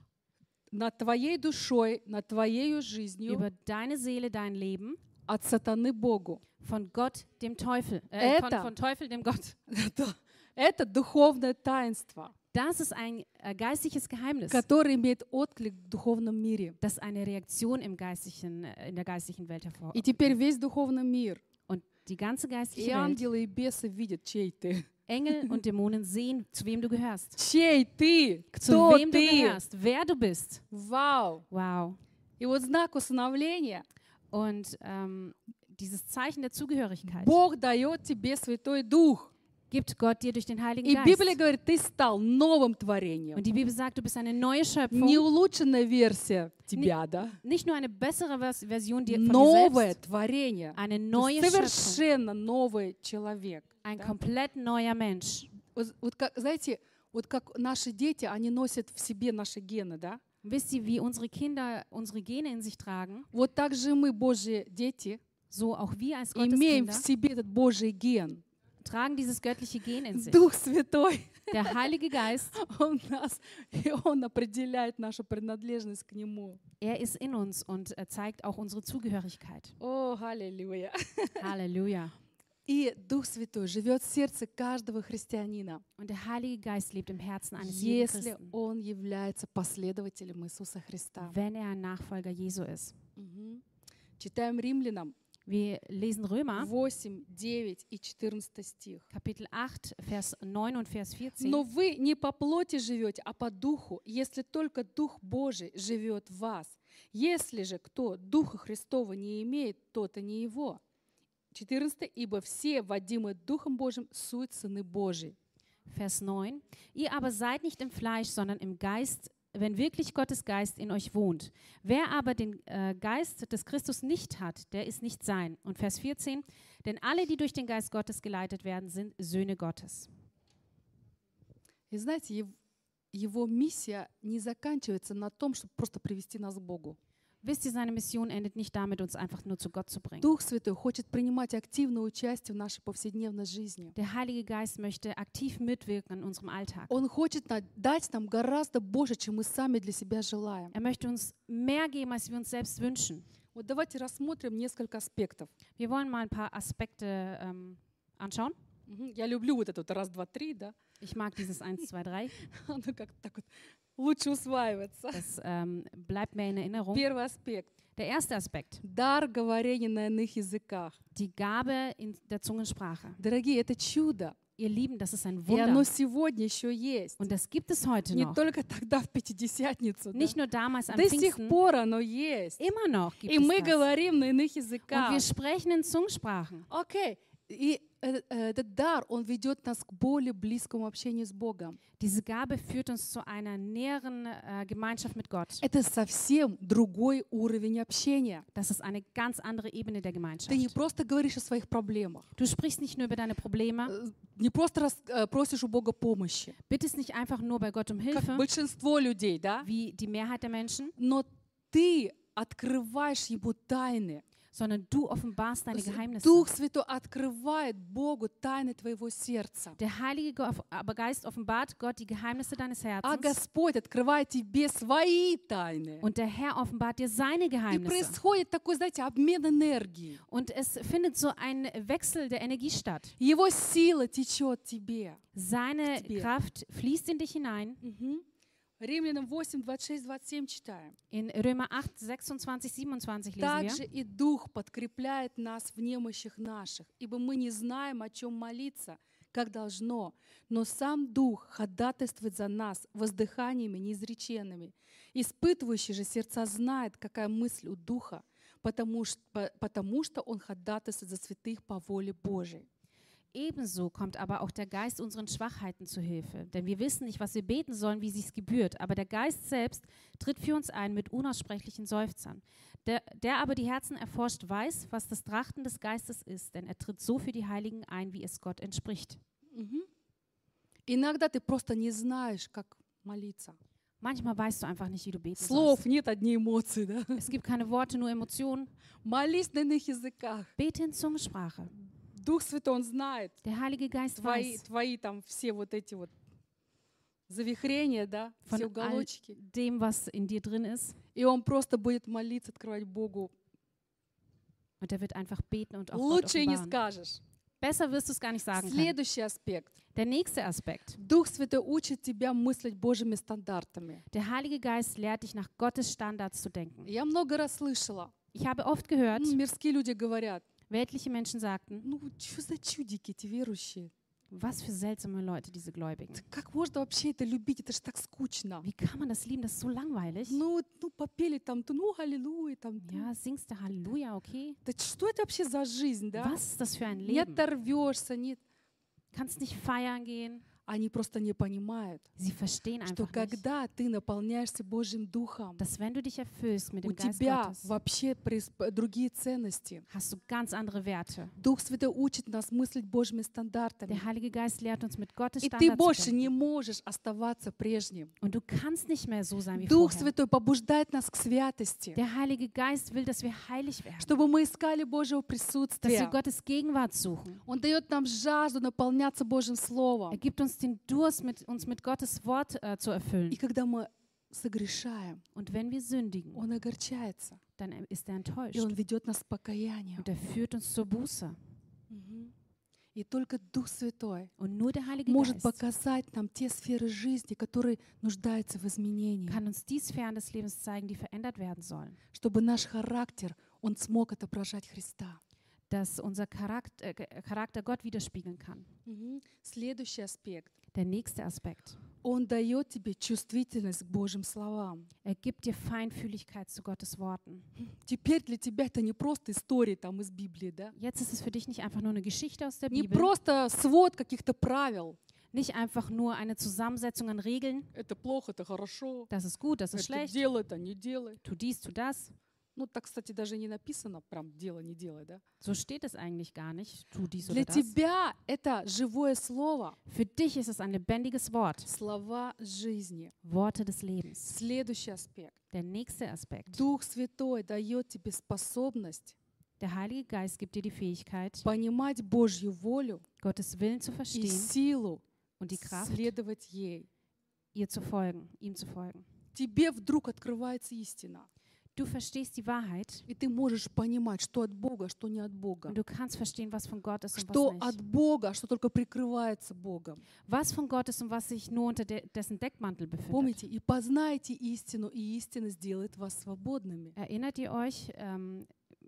S1: над твоей душой, над твоей жизнью
S2: über deine Seele, dein Leben
S1: от сатаны Богу.
S2: von Gott, dem Teufel. Äh, von,
S1: Äther.
S2: von Teufel, dem Gott.
S1: Да. Это духовное таинство,
S2: Das ist ein äh, geistliches Geheimnis,
S1: которое имеет отклик в духовном мире.
S2: das eine Reaktion im geistlichen, äh, in der geistlichen Welt hervor.
S1: И теперь весь духовный мир,
S2: Und die ganze
S1: и
S2: geistliche Welt,
S1: ангелы, и бесы видят, чей ты.
S2: [laughs] Engel und Dämonen sehen, zu wem du gehörst.
S1: Чей ты?
S2: Zu
S1: Кто
S2: wem du
S1: ты?
S2: gehörst, wer du bist.
S1: Вау!
S2: Wow.
S1: И вот знак усыновления
S2: Und ähm, dieses Zeichen der Zugehörigkeit
S1: Бог дает тебе Святой Дух.
S2: gibt Gott dir durch den Heiligen
S1: И Библия
S2: Geist.
S1: говорит, ты стал новым творением.
S2: Und die Bibel sagt, du bist eine neue
S1: Не
S2: Schöpfung,
S1: улучшенная версия тебя, да?
S2: nicht nur eine bessere Vers Version dir von dir
S1: Новое
S2: selbst,
S1: творение.
S2: eine neue
S1: Ты
S2: Schöpfung,
S1: совершенно новый человек.
S2: ein
S1: да?
S2: komplett neuer Mensch.
S1: Вот, вот как, знаете, вот как наши дети, они nosят в себе наши гены, да?
S2: Wisst ihr, wie unsere Kinder unsere Gene in sich tragen?
S1: Вот так же мы, Божьи дети,
S2: So auch wir als Gottes
S1: имеем в
S2: Kinder
S1: себе этот Божий ген.
S2: tragen dieses göttliche Gen in sich.
S1: Дух Святой, [laughs]
S2: Der Heilige Geist,
S1: Он нас, и Он определяет нашу принадлежность к Нему.
S2: er ist in uns und er zeigt auch unsere [laughs] Zugehörigkeit.
S1: О, аллилуйя!
S2: Halleluja.
S1: И Дух Святой живет в сердце каждого христианина,
S2: Und der Heilige Geist lebt im Herzen eines jeden
S1: если
S2: Christen,
S1: он является последователем Иисуса Христа.
S2: wenn er ein Nachfolger Jesu ist.
S1: Мгм. Читаем Римлянам
S2: Wir lesen Römer
S1: 8, 9 и 14 стих.
S2: Kapitel 8, Vers 9 und Vers 14.
S1: Но вы не по плоти живете, а по духу, если только Дух Божий живет в вас. Если же кто Духа Христова не имеет, тот и не его. 14. Ибо все, водимые Духом Божьим, суть сыны Божьи.
S2: Vers 9. Ihr aber seid nicht im Fleisch, sondern im Geist, wenn wirklich Gottes Geist in euch wohnt. Wer aber den äh, Geist des Christus nicht hat, der ist nicht sein. Und Vers 14. Denn alle, die durch den Geist Gottes geleitet werden, sind Söhne Gottes.
S1: И знаете, ев- его миссия не заканчивается на том, чтобы просто привести нас к Богу.
S2: Wisst ihr, seine Mission endet nicht damit, uns einfach nur zu Gott zu bringen.
S1: Дух Святой хочет принимать активное участие в нашей повседнevной жизни.
S2: Der Heilige Geist möchte aktiv mitwirken in unserem Alltag.
S1: Он хочет на- дать нам гораздо больше, чем мы сами для себя желаем.
S2: Er möchte uns mehr geben, als wir uns selbst wünschen.
S1: Вот давайте рассмотрим несколько аспектов.
S2: Wir wollen mal ein paar Aspekte ähm, anschauen.
S1: Мгм. Я люблю вот это вот раз, два, три, да. [laughs]
S2: Ich mag dieses 1, 2, 3.
S1: Оно как-то так вот лучше усваивается.
S2: Das ähm, bleibt mir in Erinnerung.
S1: Первый аспект.
S2: Der erste Aspekt,
S1: Дар говорения на иных языках.
S2: die Gabe in der Zungensprache.
S1: Дорогие, это чудо.
S2: Ihr Lieben, das ist ein
S1: И оно
S2: Wunder.
S1: сегодня еще есть.
S2: Und das gibt es heute
S1: Не
S2: noch.
S1: только тогда, в Пятидесятницу. да.
S2: Nicht nur damals am
S1: До сих
S2: Pfingsten,
S1: пор оно есть.
S2: immer noch gibt
S1: И мы
S2: es das.
S1: говорим на иных
S2: Und wir
S1: языках.
S2: sprechen in Zungensprachen.
S1: Окей. И э, э, этот дар, он ведет нас к более близкому общению с Богом.
S2: Diese Gabe führt uns zu einer näheren äh, Gemeinschaft mit Gott.
S1: Это совсем другой uровень общения.
S2: Das ist eine ganz andere Ebene der Gemeinschaft.
S1: Ты не просто говоришь о своих проблемах.
S2: Du sprichst nicht nur über deine Probleme,
S1: Э, не просто рас- э, просишь у Бога помощи,
S2: bittest nicht einfach nur bei Gott um
S1: как
S2: Hilfe,
S1: большинство людей, да?
S2: wie die Mehrheit der Menschen,
S1: Но ты открываешь ему тайны.
S2: sondern du offenbarst deine
S1: То есть
S2: Geheimnisse.
S1: Дух Святой открывает Богу тайны твоего сердца.
S2: Der Heilige Ge- off- aber Geist offenbart Gott die Geheimnisse deines
S1: А
S2: Herzens
S1: Господь открывает тебе свои тайны.
S2: und der Herr offenbart dir seine
S1: И
S2: Geheimnisse.
S1: происходит такой, знаете, обмен энергии.
S2: Und es findet so ein Wechsel der Energie statt.
S1: Его сила течет тебе.
S2: Seine
S1: Тебе.
S2: Kraft fließt in dich hinein.
S1: Мгм. Римлянам 8, 26, 27 читаем.
S2: In Römer 8, 26, 27 lesen wir.
S1: Также и Дух подкрепляет нас в немощах наших, ибо мы не знаем, о чем молиться, как должно, но сам Дух ходатайствует за нас воздыханиями неизреченными. Испытывающий же сердца знает, какая мысль у Духа, потому что, потому что Он ходатайствует за святых по воле Божией.
S2: Ebenso kommt aber auch der Geist unseren Schwachheiten zu Hilfe, denn wir wissen nicht, was wir beten sollen, wie sich's gebührt, aber der Geist selbst tritt für uns ein mit unaussprechlichen Seufzern. Der, der aber die Herzen erforscht, weiß, was das Trachten des Geistes ist, denn er tritt so für die Heiligen ein, wie es Gott entspricht.
S1: Мгм. Иногда ты просто не знаешь, как молиться.
S2: Manchmal weißt du einfach nicht, wie du beten
S1: Слов
S2: sollst.
S1: нет, одни эмоции, да?
S2: Es gibt keine Worte, nur Emotionen.
S1: Молись на иных языках.
S2: Bete in Zungensprache.
S1: Дух Святой, Он знает.
S2: Der Heilige Geist
S1: твои,
S2: weiß
S1: твои там все вот эти вот завихрения, да, все
S2: von all
S1: уголочки.
S2: dem, was in dir drin ist.
S1: И он просто будет молиться, открывать Богу.
S2: Und er wird einfach beten und auch Gott
S1: Лучше и не
S2: offenbaren.
S1: скажешь.
S2: Besser wirst du es gar nicht sagen können.
S1: Следующий аспект.
S2: Der nächste Aspekt.
S1: Дух Святой учит тебя мыслить Божьими стандартами.
S2: Der Heilige Geist lehrt dich, nach Gottes Standards zu denken.
S1: Я много раз слышала.
S2: Ich habe oft gehört,
S1: м, мирские люди говорят,
S2: weltliche Menschen sagten,
S1: ну что за чудики эти верующие?
S2: was für seltsame Leute, diese Gläubigen.
S1: Как можно вообще это любить? Это же так скучно.
S2: Wie kann man das lieben? Das ist so langweilig.
S1: Ну, ну попели там, ту- ну аллилуйя, там. ту.
S2: Ja, singst du Halleluja, okay?
S1: Да что это вообще за жизнь, да?
S2: Was ist das für ein
S1: Не
S2: Leben?
S1: оторвешься, нет.
S2: Kannst nicht feiern gehen.
S1: Они просто не понимают.
S2: Sie verstehen
S1: что
S2: einfach nicht,
S1: когда ты наполняешься Божьим Духом,
S2: dass wenn du dich erfüllst mit
S1: у
S2: dem Geist
S1: тебя
S2: Gottes,
S1: вообще преисп- другие ценности.
S2: hast du ganz andere Werte.
S1: Дух Святой учит нас мыслить Божьими стандартами.
S2: Der Heilige Geist lehrt uns mit Gottes
S1: И ты
S2: Standards zu
S1: больше не
S2: denken.
S1: можешь оставаться прежним.
S2: Und du kannst nicht mehr so sein wie
S1: Дух
S2: vorher.
S1: Святой побуждает нас к святости,
S2: Der Heilige Geist will, dass wir heilig werden.
S1: чтобы мы искали Божьего
S2: dass wir
S1: присутствия.
S2: Gottes Gegenwart suchen.
S1: Он дает нам жажду наполняться Божьим
S2: Er
S1: Словом.
S2: gibt uns den Durst, mit, uns mit Gottes Wort äh, zu
S1: И
S2: erfüllen.
S1: когда мы согрешаем,
S2: Und wenn wir sündigen,
S1: Он огорчается,
S2: dann äh, ist
S1: и
S2: er
S1: Он
S2: enttäuscht.
S1: ведет нас к покаянию.
S2: Und er führt uns zur Buße.
S1: Мгм. И только Дух Святой
S2: Und nur der Heilige
S1: может
S2: Geist
S1: показать нам те сферы жизни, которые нуждаются в изменении,
S2: kann uns die Sphären des Lebens zeigen, die verändert werden sollen.
S1: чтобы наш характер, он смог отображать Христа.
S2: Dass unser Charakter, äh, Ge- Charakter Gott widerspiegeln kann.
S1: Следующий аспект.
S2: Der nächste Aspekt.
S1: Он дает тебе чувствительность к Божьим словам.
S2: Er gibt dir Feinfühligkeit zu Gottes Worten.
S1: Теперь для тебя это не просто истории там из Библии, да?
S2: Jetzt ist es für dich nicht einfach nur eine Geschichte aus der
S1: Не
S2: Bibel,
S1: просто свод каких-то правил.
S2: nicht einfach nur eine Zusammensetzung an Regeln.
S1: Это плохо, это хорошо.
S2: Das ist gut, das ist
S1: Это
S2: schlecht.
S1: делай, это не делай.
S2: Tu dies, tu das.
S1: Ну, так, кстати, даже не написано, прям дело не делай, да?
S2: So steht es eigentlich gar nicht. Tu dies
S1: Для
S2: oder das.
S1: тебя это живое слово,
S2: Für dich ist es ein lebendiges Wort.
S1: слова жизни.
S2: Worte des Lebens.
S1: Следующий аспект.
S2: Der nächste Aspekt.
S1: Дух Святой дает тебе способность
S2: Der Heilige Geist gibt dir die Fähigkeit,
S1: понимать Божью волю
S2: Gottes Willen zu
S1: и
S2: verstehen
S1: силу
S2: und die Kraft,
S1: следовать ей.
S2: ihr zu folgen, ihm zu folgen.
S1: Тебе вдруг открывается истина,
S2: Du verstehst die Wahrheit
S1: и ты можешь понимать, что от Бога, что не от Бога.
S2: und du kannst verstehen, was von Gott ist und
S1: Что
S2: was
S1: от
S2: nicht.
S1: Бога, что только прикрывается Богом.
S2: Was von Gott ist und was sich nur unter de dessen Deckmantel befindet.
S1: Помните, и познайте истину, и истина сделает вас свободными.
S2: Erinnert ihr euch, ähm,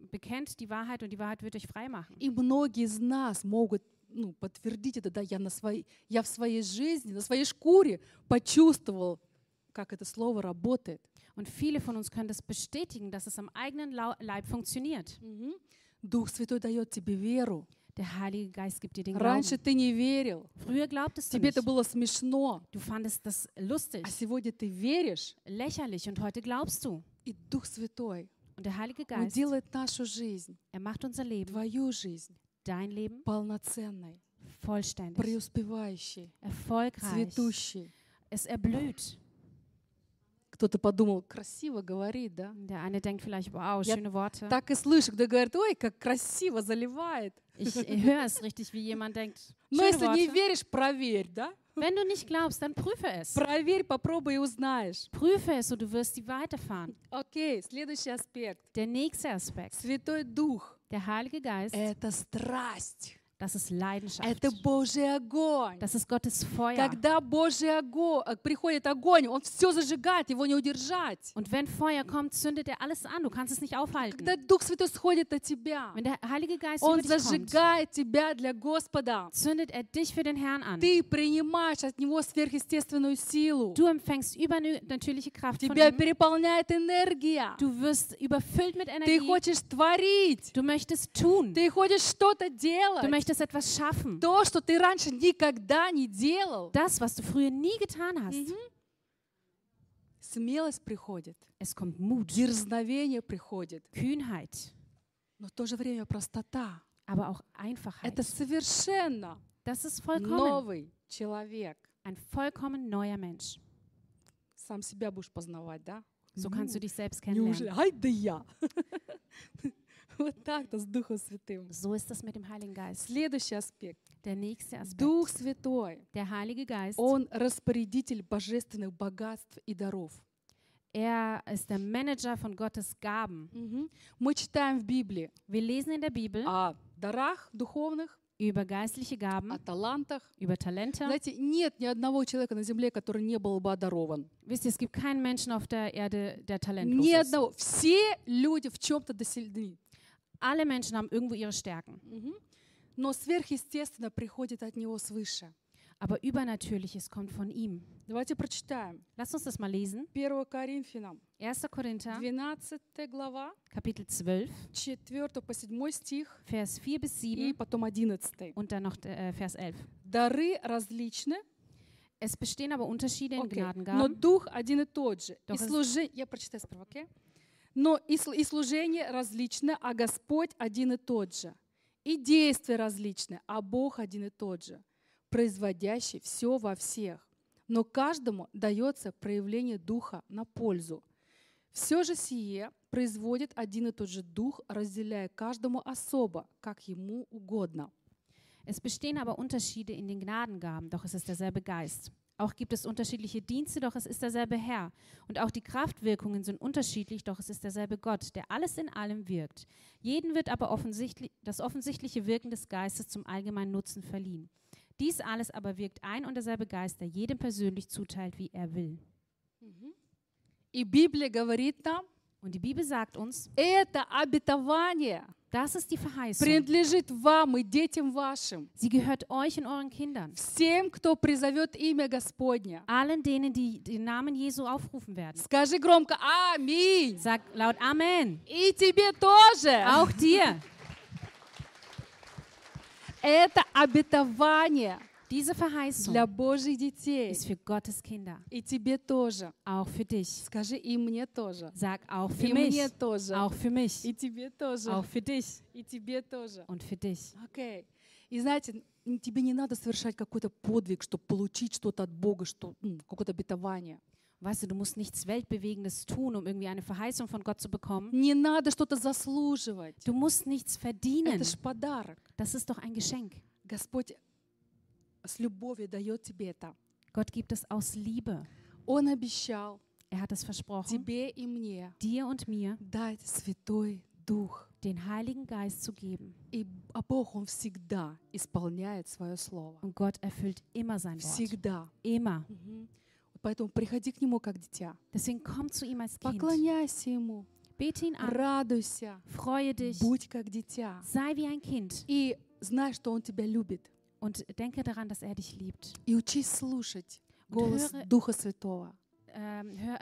S2: bekennt die Wahrheit und die Wahrheit wird euch frei machen.
S1: И многие из нас могут ну, подтвердить это, да, я, на своей, я в своей жизни, на своей шкуре почувствовал, как это слово работает.
S2: Und viele von uns können das bestätigen, dass es am eigenen Lau Leib funktioniert.
S1: Мгм. Дух Святой дает тебе веру.
S2: Der Heilige Geist gibt dir den
S1: Раньше
S2: Glauben.
S1: ты не верил.
S2: Früher glaubtest du
S1: Тебе
S2: nicht.
S1: это было смешно.
S2: Du fandest das lustig,
S1: А сегодня ты веришь,
S2: lächerlich und heute glaubst du.
S1: и Дух Святой,
S2: Und der Heilige
S1: Он
S2: Geist,
S1: делает нашу жизнь,
S2: er macht unser Leben,
S1: твою жизнь,
S2: dein Leben,
S1: полноценной,
S2: vollständig,
S1: преуспевающей,
S2: erfolgreich.
S1: цветущей.
S2: Es erblüht.
S1: Кто-то подумал, красиво говорит, да?
S2: Der eine denkt vielleicht, wow,
S1: Ja,
S2: schöne Worte.
S1: Так и слышу, кто говорит, ой, как красиво заливает.
S2: Ich höre es richtig, wie jemand [laughs] denkt.
S1: Но
S2: Schöne
S1: Ну, если не
S2: Worte.
S1: веришь, проверь, да?
S2: Wenn du nicht glaubst, dann prüfe es.
S1: Проверь, попробуй и узнаешь.
S2: Prüfe es und du wirst die weiterfahren.
S1: Окей, следующий аспект.
S2: Der nächste Aspekt,
S1: Святой Дух
S2: der Heilige
S1: —
S2: Geist,
S1: это страсть,
S2: das ist Leidenschaft.
S1: это Божий огонь.
S2: Das ist Gottes Feuer.
S1: Когда Божий огонь, э, приходит огонь, он все зажигает, его не удержать.
S2: Und wenn Feuer kommt, zündet er alles an. Du kannst es nicht aufhalten.
S1: Когда Дух Святой сходит na тебя,
S2: Wenn der Heilige Geist über
S1: он
S2: dich kommt,
S1: зажигает тебя для Господа.
S2: zündet er dich für den Herrn an.
S1: Ты принимаешь от Него сверхъестественную силу.
S2: Du empfängst übernatürliche Kraft von
S1: Тебя
S2: ihm.
S1: переполняет энергия.
S2: Du wirst überfüllt mit
S1: Ты
S2: Energie.
S1: хочешь творить.
S2: Du möchtest tun.
S1: Ты хочешь что-то
S2: Du
S1: делать.
S2: möchtest etwas schaffen.
S1: То, что ты раньше никогда не делал.
S2: Das, was du früher nie getan hast.
S1: Смелость приходит.
S2: Es kommt Mut,
S1: Дерзновение приходит.
S2: Kühnheit,
S1: Но в то же время простота.
S2: aber auch
S1: Это
S2: Einfachheit.
S1: совершенно
S2: Das ist vollkommen
S1: новый человек.
S2: ein vollkommen neuer Mensch.
S1: Сам себя будешь познавать, да?
S2: So kannst du dich selbst
S1: Неужели?
S2: kennenlernen.
S1: Ай, да я! [laughs] Вот так-то с Духом Святым.
S2: So ist das mit dem Heiligen Geist.
S1: Следующий аспект.
S2: Der nächste Aspekt,
S1: Дух Святой.
S2: der Heilige Geist,
S1: Он распорядитель божественных богатств и даров.
S2: er ist der Manager von Gottes Gaben.
S1: Мгм. Мы читаем в Библии
S2: Wir lesen in der Bibel
S1: о дарах духовных,
S2: über geistliche
S1: о
S2: Gaben,
S1: талантах.
S2: über Talente.
S1: Знаете, нет ни одного человека на земле, который не был бы одарован.
S2: Wisst ihr, es gibt keinen Menschen auf der Erde, der talentlos
S1: Ни
S2: ist.
S1: одного. Все люди в чем-то досильны.
S2: Alle Menschen haben irgendwo ihre Stärken,
S1: Но сверхъестественно приходит от него свыше.
S2: aber Übernatürliches kommt von ihm.
S1: Давайте прочитаем.
S2: Lass uns das mal lesen.
S1: 1 Коринфянам,
S2: 1. Korinther,
S1: 12 глава,
S2: Kapitel 12,
S1: 4 по 7 стих
S2: Vers 4 bis
S1: и
S2: 7
S1: потом 11.
S2: und dann noch äh, Vers 11.
S1: Дары различны,
S2: Es bestehen aber Unterschiede in
S1: Окей. но
S2: Gnadengaben.
S1: дух один и тот же. И
S2: Дух из-
S1: служи- Я прочитаю справа, окей? Но и, сл- и служение различно, а Господь один и тот же. И действия различны, а Бог один и тот же, производящий все во всех. Но каждому дается проявление духа на пользу. Все же сие производит один и тот же дух, разделяя каждому особо, как ему угodно.
S2: Es bestehen aber Unterschiede in den Gnadengaben, doch es ist derselbe Geist. Auch gibt es unterschiedliche Dienste, doch es ist derselbe Herr. Und auch die Kraftwirkungen sind unterschiedlich, doch es ist derselbe Gott, der alles in allem wirkt. Jeden wird aber offensichtli das offensichtliche Wirken des Geistes zum allgemeinen Nutzen verliehen. Dies alles aber wirkt ein und derselbe Geist, der jedem persönlich zuteilt, wie er will.
S1: И Библия говорит нам,
S2: Und die Bibel sagt uns,
S1: это обетование –
S2: das ist die Verheißung.
S1: принадлежит вам и детям вашим,
S2: Sie gehört euch und euren Kindern,
S1: всем, кто призовет имя Господня.
S2: allen denen, die den Namen Jesu aufrufen werden.
S1: Скажи громко «Аминь».
S2: Sag laut Amen.
S1: И тебе тоже.
S2: Auch dir.
S1: Это обетование для
S2: Diese Verheißung
S1: Божьих детей.
S2: ist für Gottes Kinder,
S1: И тебе тоже.
S2: auch für dich.
S1: Скажи «И мне тоже».
S2: Sag auch
S1: И
S2: für
S1: мне
S2: mich,
S1: тоже.
S2: auch für mich,
S1: И тебе тоже.
S2: auch für dich
S1: И тебе тоже.
S2: und für dich.
S1: Окей. И знаете, н- тебе не надо совершать какой-то подвиг, чтобы получить что-то от Бога, что, м, какое-то обетование.
S2: Weißt du, du musst nichts Weltbewegendes tun, um irgendwie eine Verheißung von Gott zu bekommen.
S1: Не надо что-то заслуживать.
S2: Du musst nichts verdienen.
S1: Это ж подарок.
S2: Das ist doch ein Geschenk.
S1: Господь с любовью дает тебе это.
S2: Gott gibt es aus Liebe.
S1: Он обещал
S2: Er hat es versprochen,
S1: тебе и мне
S2: dir und mir
S1: дать Святой Дух.
S2: den Heiligen Geist zu geben.
S1: И Б- а Бог, Он всегда исполняет свое слово.
S2: Und Gott erfüllt immer sein Wort.
S1: Всегда.
S2: Immer.
S1: Поэтому приходи к Нему как дитя.
S2: Deswegen komm zu ihm als Kind.
S1: Поклоняйся Ему.
S2: Bete ihn an.
S1: Радуйся.
S2: Freue dich.
S1: Будь как дитя.
S2: Sei wie ein Kind.
S1: И знай, что Он тебя любит.
S2: Und denke daran, dass er dich liebt.
S1: И учись слушать голос
S2: Höre-
S1: Духа Святого.
S2: Ähm, hör,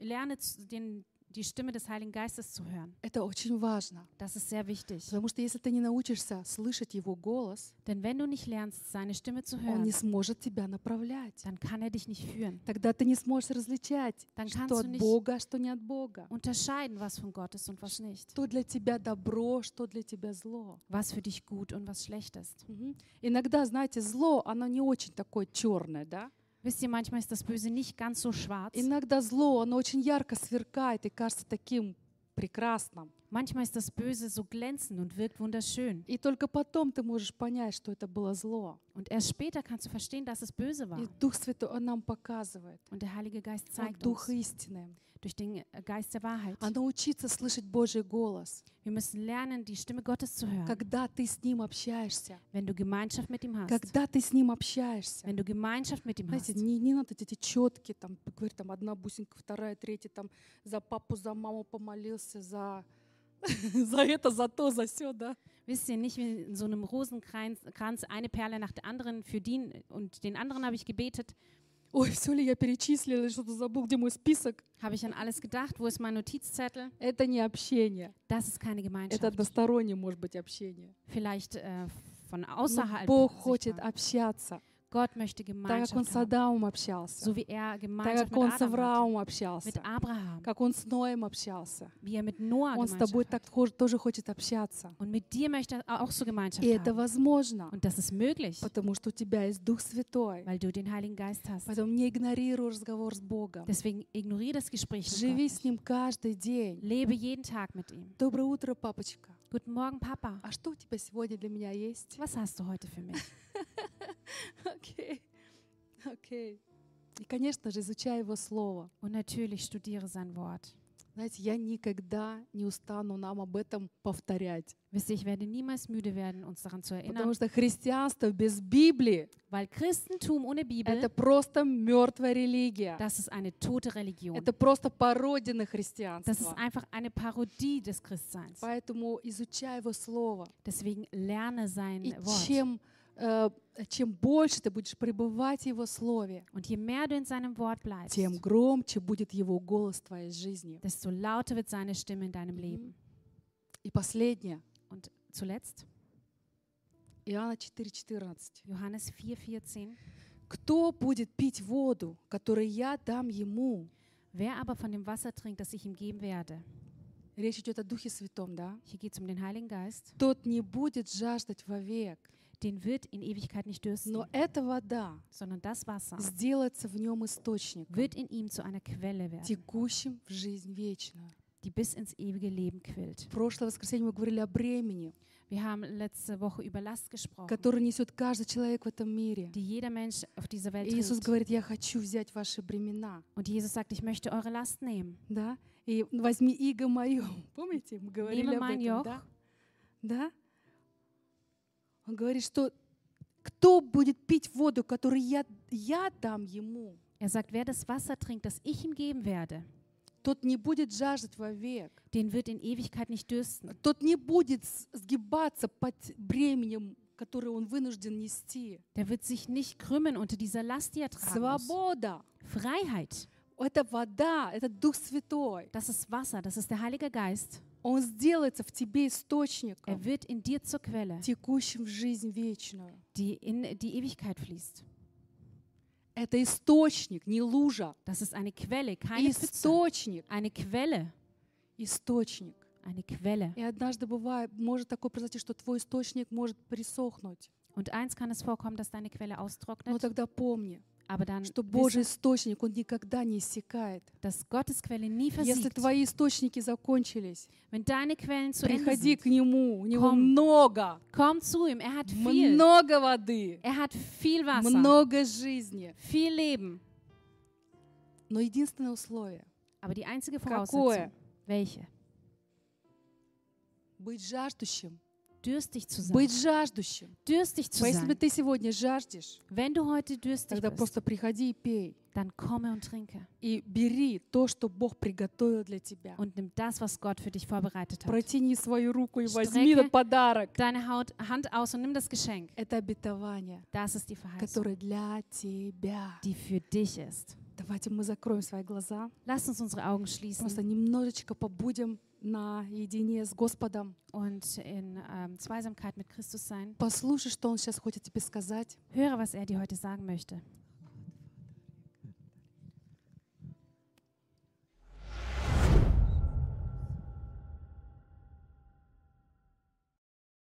S2: lerne zu- den, die Stimme des Heiligen Geistes zu hören.
S1: Это очень важно.
S2: Das ist sehr wichtig.
S1: Потому что если ты не научишься слышать Его голос,
S2: Denn wenn du nicht lernst, seine Stimme zu
S1: Он не
S2: hören,
S1: сможет тебя направлять.
S2: dann kann er dich nicht führen.
S1: Тогда ты не сможешь различать,
S2: Dann
S1: что
S2: kannst du
S1: от
S2: nicht
S1: Бога, что не от Бога.
S2: unterscheiden, was von Gott ist und was nicht.
S1: Что для тебя добро, что для тебя зло.
S2: Was für dich gut und was schlecht ist.
S1: Мгм. Иногда, знаете, зло, оно не очень такое черное, да?
S2: Wisst ihr, manchmal ist das Böse nicht ganz so schwarz.
S1: Иногда зло, оно очень ярко сверкает и кажется таким прекрасным.
S2: Manchmal ist das Böse so glänzend und wirkt wunderschön.
S1: И только потом ты можешь понять, что это было зло.
S2: Und erst später kannst du verstehen, dass es böse war.
S1: И Дух Святой, Он нам показывает.
S2: Und der Heilige Geist
S1: Он
S2: zeigt
S1: Дух
S2: uns
S1: истины.
S2: durch den Geist der Wahrheit.
S1: А научиться слышать Божий голос,
S2: Wir müssen lernen, die Stimme Gottes zu hören,
S1: когда ты с Ним общаешься.
S2: wenn du Gemeinschaft mit ihm hast.
S1: Когда ты с Ним общаешься.
S2: Wenn du Gemeinschaft mit ihm
S1: Знаете,
S2: hast.
S1: не, не надо эти четкие, там, говорит, там, одна бусинка, вторая, третья, там, за папу, за маму помолился, за, [laughs] за это, за то, за все, да.
S2: Wisst ihr nicht, wie in so einem Rosenkranz Kranz eine Perle nach der anderen für den und den anderen habe ich gebetet.
S1: Ой, все ли я перечислила, или что-то забыл, где мой список?
S2: Habe ich an alles gedacht? Wo ist mein Notizzettel?
S1: Это не общение.
S2: Das ist keine
S1: Это
S2: Gemeinschaft.
S1: одностороннее, может быть, общение.
S2: Vielleicht äh, von
S1: Но
S2: außerhalb.
S1: Бог хочет
S2: sichtbar.
S1: общаться,
S2: Gott möchte
S1: так как Он
S2: Gemeinschaft
S1: с
S2: haben,
S1: Адамом общался,
S2: so wie er
S1: так
S2: Gemeinschaft
S1: как
S2: mit
S1: Он с
S2: Adam hat,
S1: Авраамом
S2: mit
S1: общался,
S2: Abraham,
S1: как Он с Ноем общался.
S2: wie er mit Noah
S1: Он с тобой
S2: Gemeinschaft hat.
S1: так хо- тоже хочет общаться.
S2: Und mit dir möchte er auch so Gemeinschaft
S1: И это
S2: haben.
S1: возможно,
S2: Und das ist möglich,
S1: потому что у тебя есть Дух Святой.
S2: weil du den Heiligen Geist hast.
S1: Поэтому не игнорируй разговор с Богом.
S2: Deswegen ignoriere das Gespräch. Mit Gott.
S1: Живи с
S2: nicht.
S1: Ним каждый день.
S2: Lebe jeden Tag mit ihm.
S1: Доброе утро, папочка.
S2: Guten Morgen, Papa.
S1: А что у тебя сегодня для меня есть?
S2: Was hast du heute für mich?
S1: [laughs] Окей. Окей. И, конечно же, изучай Его Слово.
S2: Und natürlich studiere sein Wort.
S1: Знаете, я никогда не устану нам об этом повторять.
S2: Wisst ihr, ich werde niemals müde werden, uns daran zu erinnern,
S1: Потому что христианство без Библии
S2: weil Christentum
S1: —
S2: ohne
S1: это
S2: Bibel,
S1: просто мертвая религия.
S2: das ist eine tote Religion.
S1: Это просто пародия на
S2: Das ist
S1: христианство.
S2: einfach eine Parodie des Christseins.
S1: Поэтому изучай Его Слово.
S2: Deswegen lerne sein
S1: И
S2: Wort.
S1: чем, э, чем больше ты будешь пребывать в Его Слове,
S2: Und je mehr du in seinem Wort bleibst,
S1: тем громче будет Его голос в твоей жизни.
S2: desto lauter wird seine Stimme in deinem Leben.
S1: И последнее,
S2: Und zuletzt,
S1: Иоанна 4,14.
S2: Johannes 4, 14.
S1: «Кто будет пить воду, которую я дам ему?»
S2: Wer aber von dem Wasser trinkt, das ich ihm geben werde,
S1: Речь идет о Духе Святом, да?
S2: hier geht es um den Heiligen Geist,
S1: Тот не будет жаждать вовек,
S2: den wird in Ewigkeit nicht dürsten,
S1: но эта вода
S2: sondern das Wasser
S1: сделается в нем источником,
S2: wird in ihm zu einer Quelle werden,
S1: текущим в жизнь вечную.
S2: die bis ins ewige Leben quillt.
S1: В прошлое воскресенье мы говорили о бремени,
S2: Wir haben letzte Woche über Last gesprochen,
S1: которое nесет каждый человек в этом мире.
S2: die jeder Mensch auf dieser Welt
S1: И Иисус
S2: trägt.
S1: говорит, я хочу взять ваши бремена,
S2: Und Jesus sagt, ich möchte eure Last nehmen.
S1: да? И возьми иго мое. [laughs] Помните, мы говорили
S2: Nehme
S1: об
S2: mein
S1: этом,
S2: Joch.
S1: да? Да? Он говорит, что кто будет пить воду, которую я, я дам ему,
S2: Er sagt, wer das Wasser trinkt, das ich ihm geben werde,
S1: тот не будет жаждать вовек.
S2: den wird in Ewigkeit nicht dürsten.
S1: Тот не будет с- сгибаться под бременем, которое он вынужден нести.
S2: Der wird sich nicht krümmen unter dieser Last, die er tragen muss.
S1: Свобода —
S2: Freiheit,
S1: это вода, это Дух Святой.
S2: das ist Wasser, das ist der Heilige Geist.
S1: Он сделается в тебе источником,
S2: Er wird in dir zur Quelle,
S1: текущим в жизнь вечную.
S2: die in die Ewigkeit fließt.
S1: Это источник, не лужа.
S2: Das ist eine Quelle, keine Pfütze.
S1: Источник,
S2: Eine Quelle,
S1: источник.
S2: eine Quelle.
S1: И однажды бывает, может такое произойти, что твой источник может присохнуть.
S2: Und eins kann es vorkommen, dass deine Quelle
S1: Но
S2: austrocknet,
S1: тогда помни,
S2: aber dann
S1: что Божий
S2: wisse,
S1: источник, он никогда не иссякает.
S2: dass Gottes Quelle nie
S1: Если
S2: versiegt.
S1: твои источники закончились,
S2: Wenn deine Quellen zu Ende
S1: Приходи
S2: sind,
S1: к Нему, у Него
S2: Komm.
S1: много,
S2: komm zu ihm. Er hat viel.
S1: много воды,
S2: Er hat viel Wasser,
S1: много жизни.
S2: viel Leben.
S1: Но единственное условие
S2: Aber die einzige
S1: Какое?
S2: Voraussetzung, welche?
S1: — быть жаждущим,
S2: Dürstig zu sein.
S1: быть жаждущим.
S2: Dürstig zu
S1: Поэтому если
S2: sein.
S1: ты сегодня жаждешь,
S2: Wenn du heute dürstig
S1: тогда
S2: bist,
S1: просто приходи и пей.
S2: dann komme und trinke
S1: И бери то, что Бог приготовил для тебя.
S2: und nimm das, was Gott für dich vorbereitet hat.
S1: Протяни свою руку и возьми
S2: Strecke.
S1: этот подарок.
S2: Deine Haut, Hand aus und nimm das Geschenk.
S1: Это обетование,
S2: Das ist die Verheißung,
S1: которое для тебя.
S2: die für dich ist.
S1: Давайте мы закроем свои глаза,
S2: Lass uns unsere Augen
S1: просто
S2: schließen
S1: немножечко побудем наедине с Господом.
S2: und in ähm, Zweisamkeit mit Christus sein.
S1: Послушай, что Он сейчас хочет тебе сказать.
S2: Höre, was er dir heute sagen möchte.